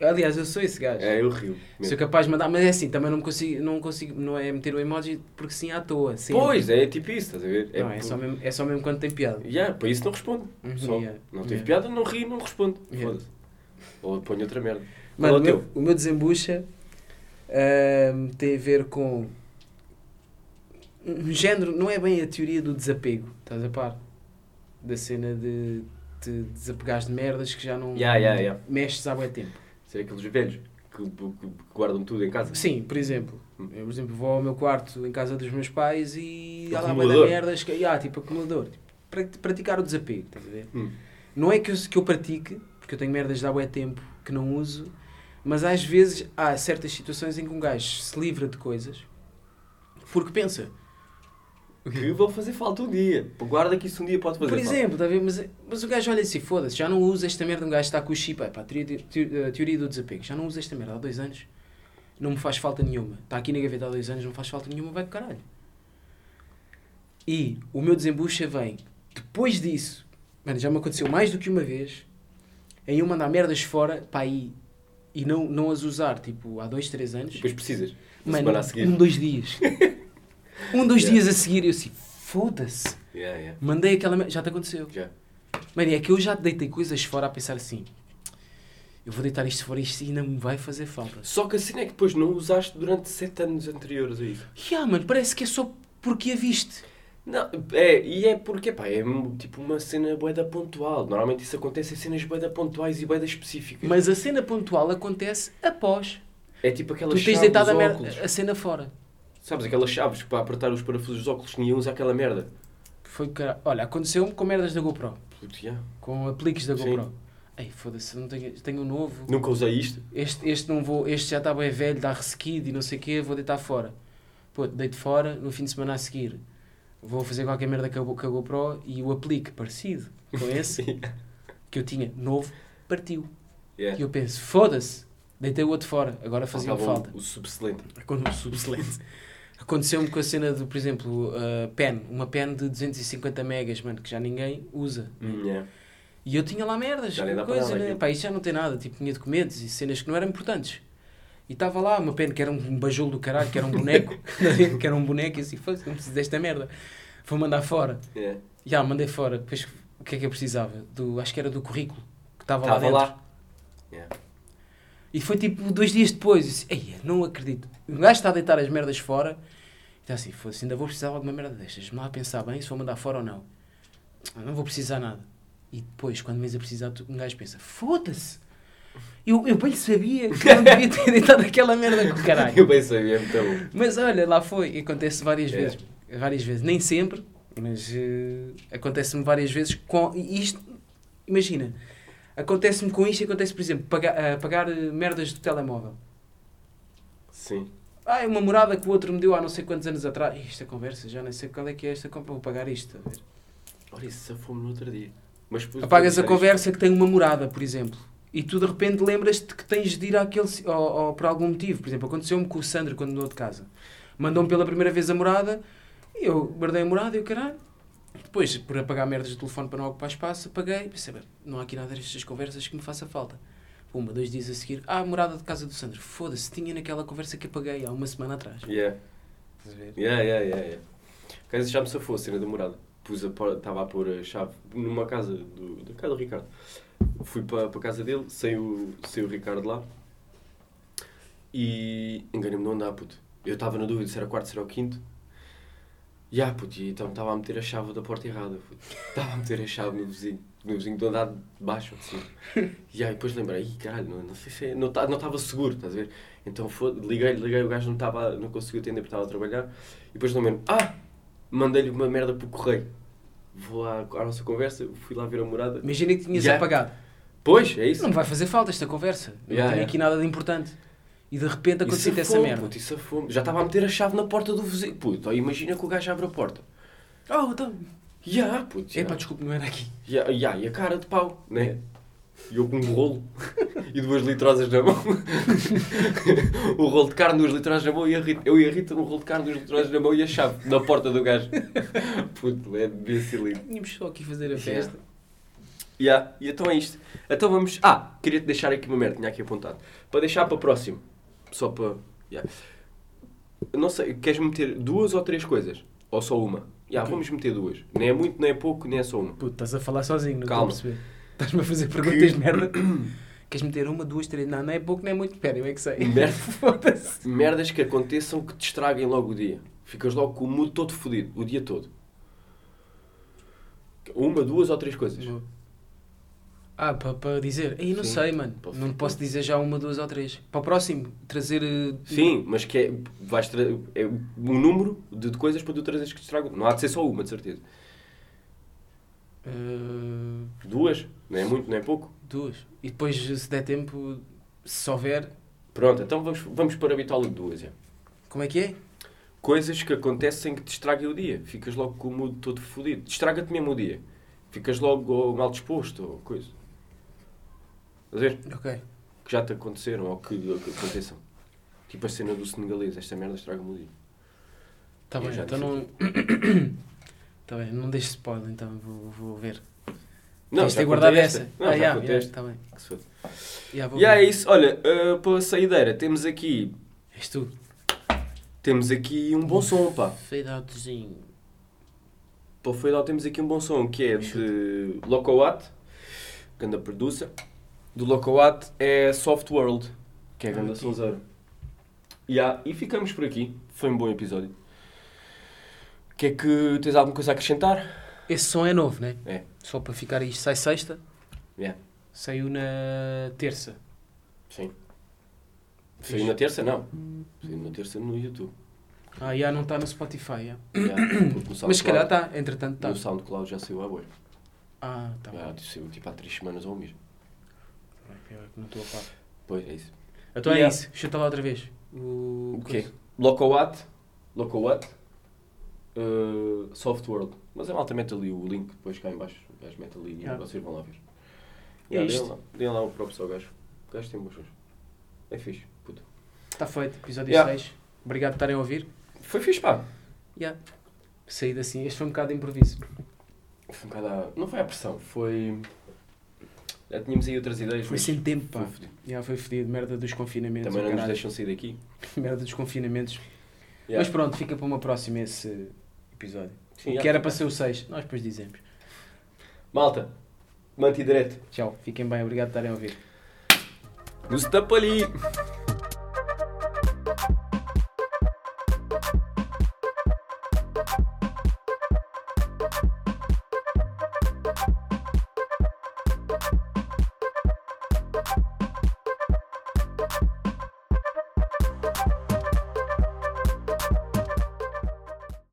Speaker 1: Aliás, eu sou esse gajo.
Speaker 2: é, eu rio.
Speaker 1: Sou
Speaker 2: mesmo.
Speaker 1: capaz de mandar, mas é assim, também não consigo, não consigo, não é meter o emoji porque sim à toa. Sim.
Speaker 2: Pois, é tipo isso, estás a ver?
Speaker 1: Não, é
Speaker 2: por-
Speaker 1: só mesmo, é só mesmo quando tem piada.
Speaker 2: Yeah, para isso não respondo.
Speaker 1: Uhum,
Speaker 2: Só.
Speaker 1: yeah,
Speaker 2: Não teve
Speaker 1: yeah.
Speaker 2: piada, não ri, não respondo.
Speaker 1: Yeah.
Speaker 2: Foda-se. Ou ponho outra merda.
Speaker 1: Mano, o
Speaker 2: Qual é o
Speaker 1: meu, o meu desembucha ahm, tem a ver com um género, não é bem a teoria do desapego, estás a par? Da cena de te desapegares de merdas que já não
Speaker 2: Yeah, yeah, yeah.
Speaker 1: mexes há bué tempo.
Speaker 2: Será aqueles velhos que, que- que guardam tudo em casa?
Speaker 1: Sim, por exemplo.
Speaker 2: Hum.
Speaker 1: Eu, por exemplo, vou ao meu quarto em casa dos meus pais e há lá bué da
Speaker 2: Acumulador.
Speaker 1: merdas, que, ah, tipo acumulador. Tipo, pra- praticar o desapego, estás a ver?
Speaker 2: Hum.
Speaker 1: Não é que eu, que eu pratique, porque eu tenho merdas de há bué tempo que não uso, mas às vezes há certas situações em que um gajo se livra de coisas porque pensa.
Speaker 2: Que vão fazer falta um dia. Pô, Guarda que isso um dia pode fazer
Speaker 1: Por
Speaker 2: falta.
Speaker 1: exemplo, tá a ver? Mas, mas o gajo olha assim, foda-se, já não usa esta merda, um gajo está com o chip, pá, teoria, teo- eh, teoria do desapego, já não usa esta merda há dois anos, não me faz falta nenhuma. Está aqui na gaveta há dois anos, não me faz falta nenhuma, vai com caralho. E o meu desembucha vem depois disso, mano, já me aconteceu mais do que uma vez, em eu mandar merdas fora, pá, e, e não, não as usar, tipo, há dois, três anos.
Speaker 2: Depois precisas. Na
Speaker 1: Mano,
Speaker 2: semana a seguir.
Speaker 1: um, dois dias. um, dois
Speaker 2: Yeah.
Speaker 1: dias a seguir, eu assim, foda-se.
Speaker 2: Yeah, yeah.
Speaker 1: Mandei aquela merda, já te aconteceu.
Speaker 2: Já.
Speaker 1: Mano, é que eu já deitei coisas fora a pensar assim. Eu vou deitar isto fora isto ainda me vai fazer falta.
Speaker 2: Só que a cena é que
Speaker 1: ah,
Speaker 2: depois não usaste durante sete anos anteriores a isso.
Speaker 1: Yeah, mano, parece que é só porque a viste.
Speaker 2: Não, é, e é porque, pá, é mesmo, tipo uma cena boeda pontual. Normalmente isso acontece em cenas boeda pontuais e boeda específicas.
Speaker 1: Mas a cena pontual acontece após.
Speaker 2: É tipo aquelas
Speaker 1: tu tens
Speaker 2: chaves dos
Speaker 1: deitado a, merda-
Speaker 2: óculos.
Speaker 1: a cena fora.
Speaker 2: Sabes, aquelas chaves para apertar os parafusos dos óculos, ninguém usa aquela merda.
Speaker 1: Foi cara... Olha, aconteceu-me com merdas da GoPro.
Speaker 2: Puto, yeah.
Speaker 1: Com apliques da
Speaker 2: Sim.
Speaker 1: GoPro. Ei, foda-se, não tenho, tenho um novo.
Speaker 2: Nunca usei isto.
Speaker 1: Este, este não vou, este já está bem velho, está ressequido e não sei o quê, vou deitar fora. Pô, deito fora, no fim de semana a seguir vou fazer qualquer merda com a Go- com a GoPro e o aplique parecido com esse que eu tinha novo partiu. E
Speaker 2: Yeah.
Speaker 1: eu penso, foda-se, deitei o outro fora, agora fazia
Speaker 2: Faltava
Speaker 1: falta.
Speaker 2: o- O subselente.
Speaker 1: Quando o subselente. Aconteceu-me com a cena do, por exemplo, a pen, uma pen de 250 megas, mano, que já ninguém usa.
Speaker 2: Hum, yeah.
Speaker 1: E eu tinha lá merdas,
Speaker 2: Já nem dá para
Speaker 1: coisa,
Speaker 2: nada
Speaker 1: né?
Speaker 2: aquilo.
Speaker 1: Pá, isso já não tem nada, tipo, tinha documentos e cenas que não eram importantes. E estava lá uma pena que era um bajolo do caralho, que era um boneco, que era um boneco e assim, foda-se, não preciso desta merda. Vou mandar fora.
Speaker 2: Yeah.
Speaker 1: Já, mandei fora. Depois, o que é que eu precisava? Do, acho que era do currículo, que estava lá
Speaker 2: Estava
Speaker 1: dentro.
Speaker 2: lá. Yeah.
Speaker 1: E foi tipo dois dias depois. Eu disse, Ei, eu não acredito. O gajo está a deitar as merdas fora. Então assim, foda-se, ainda vou precisar de alguma merda destas. Mas lá a pensar bem se vou mandar fora ou não. Ah, Não vou precisar nada. E depois, quando vens a precisar, tu- um gajo pensa, foda-se. Eu, eu bem sabia que eu não devia ter deitado aquela merda com o caralho.
Speaker 2: Eu bem sabia, é muito bom.
Speaker 1: Mas olha, lá foi. E acontece várias
Speaker 2: É.
Speaker 1: vezes. Várias vezes. Nem sempre, mas eh, acontece-me várias vezes com e isto. Imagina, acontece-me com isto e acontece, por exemplo, pagar, eh, pagar eh, merdas do telemóvel.
Speaker 2: Sim.
Speaker 1: Ah, é uma morada que o outro me deu há não sei quantos anos atrás. Ih, Esta conversa, já nem sei qual é que é esta compra, vou pagar isto. estás a ver?
Speaker 2: Olha, isso safou-me no outro dia. Mas depois-
Speaker 1: Apagas a
Speaker 2: isto-
Speaker 1: conversa que tem uma morada, por exemplo. E tu de repente lembras-te que tens de ir àquele. si- Ou, ou por algum motivo. Por exemplo, aconteceu-me com o Sandro quando mudou de casa. Mandou-me pela primeira vez a morada. e Eu guardei a morada e o caralho. Depois, por apagar merdas do telefone para não ocupar espaço, apaguei. Pensei, "Bem, não há aqui nada destas conversas que me faça falta. Uma, dois dias a seguir. Ah, a morada de casa do Sandro. Foda-se, tinha naquela conversa que apaguei há uma semana atrás.
Speaker 2: Yeah.
Speaker 1: Estás a ver?
Speaker 2: Yeah, yeah, yeah, yeah. Por acaso já me safou a cena da morada. Pus a por- Estava a pôr a chave numa casa do, da casa do Ricardo. Fui para a casa dele, sem o, sem o Ricardo lá. E enganei-me no andar, puto. Eu estava na dúvida se era quarto, se era o quinto. E ah, puto, e então estava a meter a chave da porta errada. puto. Estava a meter a chave no vizinho. No vizinho do andar de baixo, assim. E aí depois lembrei, "Ih, caralho, não, não sei se é, não estava não estava seguro, estás a ver? Então foi, liguei, liguei, o gajo não, estava, não conseguiu atender porque estava a trabalhar. E depois lembrei, ah, mandei-lhe uma merda por correio. Vou à, à nossa conversa, fui lá ver a morada.
Speaker 1: Imagina que tinhas
Speaker 2: Yeah.
Speaker 1: apagado.
Speaker 2: Pois, é isso.
Speaker 1: Não me vai fazer falta esta conversa. Não
Speaker 2: Yeah,
Speaker 1: tenho
Speaker 2: yeah.
Speaker 1: aqui nada de importante. E de repente aconteceu
Speaker 2: Isso
Speaker 1: essa
Speaker 2: afome,
Speaker 1: merda.
Speaker 2: puto, isso afome. Já estava a meter a chave na porta do vizinho. Puto, ó, imagina que o gajo abre a porta.
Speaker 1: Oh, então.
Speaker 2: Ya, puto. ya.
Speaker 1: Epá, desculpe, não era aqui.
Speaker 2: Ya, ya, e a cara de pau, né? E eu com um rolo e duas litrosas na mão. o rolo de carne, duas litrosas na mão e a Rita, eu e a Rita um rolo de carne, duas litrosas na mão e a chave na porta do gajo. Puto, é imbecilito.
Speaker 1: Tínhamos só aqui fazer a
Speaker 2: Yeah.
Speaker 1: festa.
Speaker 2: Ya, e então é isto. Então vamos. Ah, queria-te deixar aqui uma merda, tinha aqui apontado. Para deixar para próximo. Só para. ya. Não sei, queres meter duas ou três coisas? Ou só uma? Ya,
Speaker 1: Ok.
Speaker 2: Vamos meter duas. Nem é muito, nem é pouco, nem é só uma.
Speaker 1: Puto, estás a falar sozinho, não
Speaker 2: Calma.
Speaker 1: estou a perceber. Estás-me a fazer perguntas de merda. Queres meter uma, duas, três? Não, não é pouco, não é muito. Pera, eu é que sei.
Speaker 2: Merda.
Speaker 1: Foda-se.
Speaker 2: merdas que aconteçam que te estraguem logo o dia. Ficas logo com o mundo todo fodido, o dia todo. Uma, duas ou três coisas.
Speaker 1: Ah, para dizer. Aí não
Speaker 2: Sim.
Speaker 1: sei, mano.
Speaker 2: Para
Speaker 1: Não
Speaker 2: ficar.
Speaker 1: posso dizer já uma, duas ou três. Para o próximo, trazer. eh,
Speaker 2: Sim, mas que é, vais tra- é um número de, de coisas para tu trazeres que te estragam. Não há de ser só uma, de certeza.
Speaker 1: eh,
Speaker 2: Duas, não é muito, não é pouco.
Speaker 1: duas. E depois, se der tempo, se houver.
Speaker 2: Pronto, então vamos, vamos para a habitual de duas. é.
Speaker 1: Como é que é?
Speaker 2: Coisas que acontecem que te estraguem o dia. Ficas logo com o mundo todo fodido. Estraga-te mesmo o dia. Ficas logo ou mal disposto ou coisa. Estás a ver?
Speaker 1: Ok.
Speaker 2: que já te aconteceram ou que, ou que aconteçam. Tipo a cena do senegalês, esta merda estraga-me o dia.
Speaker 1: Tá
Speaker 2: Eu
Speaker 1: bem,
Speaker 2: já
Speaker 1: então
Speaker 2: disse
Speaker 1: não. tá bem, não deixe spoiler, então vou, vou ver.
Speaker 2: Não,
Speaker 1: Tens de
Speaker 2: já
Speaker 1: ter guardado
Speaker 2: contei esta.
Speaker 1: essa.
Speaker 2: Não,
Speaker 1: ah,
Speaker 2: já
Speaker 1: já,
Speaker 2: contei
Speaker 1: já,
Speaker 2: esta.
Speaker 1: tá bem.
Speaker 2: Que se foda.
Speaker 1: Já, vou
Speaker 2: E é
Speaker 1: ver.
Speaker 2: isso, olha, ah, para a saideira temos aqui,
Speaker 1: És tu.
Speaker 2: temos aqui um bom som, pá.
Speaker 1: Feidadozinho.
Speaker 2: Para o Feidal temos aqui um bom som, que é de Locowat, ganda producer. Do Locowat é Soft World, que é ganda
Speaker 1: Ah,
Speaker 2: sonzeiro. E há- E ficamos por aqui, foi um bom episódio. Que é que tens alguma coisa a acrescentar?
Speaker 1: Esse som é novo, né?
Speaker 2: É.
Speaker 1: Só para ficar isto, sai sexta.
Speaker 2: Yeah.
Speaker 1: Saiu na terça.
Speaker 2: Sim. Saiu na terça? Não. Saiu na terça no YouTube.
Speaker 1: Ah, já não está no Spotify. já.
Speaker 2: Yeah, porque no
Speaker 1: Mas se calhar
Speaker 2: SoundCloud-
Speaker 1: está, entretanto está.
Speaker 2: No SoundCloud já saiu a boa.
Speaker 1: Ah, está bem.
Speaker 2: Já saiu tipo há três semanas ou um mês.
Speaker 1: Pior que não estou a par.
Speaker 2: Pois é isso.
Speaker 1: Então é
Speaker 2: Yeah.
Speaker 1: isso, chuta lá outra vez. O,
Speaker 2: O quê?
Speaker 1: coisa.
Speaker 2: Loco What? Loco What? Uh, Soft World. Mas a malta mete ali o link depois cá em baixo. O gajo mete ali
Speaker 1: Yeah.
Speaker 2: e vocês vão lá ver.
Speaker 1: É
Speaker 2: Yeah,
Speaker 1: isto.
Speaker 2: Deem lá, deem lá o próprio só gajo. O gajo tem boas coisas. É fixe, puto.
Speaker 1: Está Tá feito, episódio
Speaker 2: Yeah.
Speaker 1: 6. Obrigado por estarem a ouvir.
Speaker 2: Foi fixe, pá.
Speaker 1: Yeah. Saí assim, este foi um bocado de improviso.
Speaker 2: Foi um bocado à- Não foi à pressão, foi... Já tínhamos aí outras ideias.
Speaker 1: Foi
Speaker 2: mas
Speaker 1: sem tempo,
Speaker 2: foi
Speaker 1: pá.
Speaker 2: fodido.
Speaker 1: Yeah, foi fedido, merda dos confinamentos.
Speaker 2: Também
Speaker 1: o
Speaker 2: não nos
Speaker 1: caralho.
Speaker 2: deixam sair daqui.
Speaker 1: Merda dos confinamentos.
Speaker 2: Yeah.
Speaker 1: Mas pronto, fica para uma próxima esse episódio. que
Speaker 2: Sim, já.
Speaker 1: era para ser o 6, nós depois dizemos.
Speaker 2: Malta, mantidrate.
Speaker 1: Tchau, fiquem bem, obrigado por estarem a ouvir.
Speaker 2: Nos tampa ali.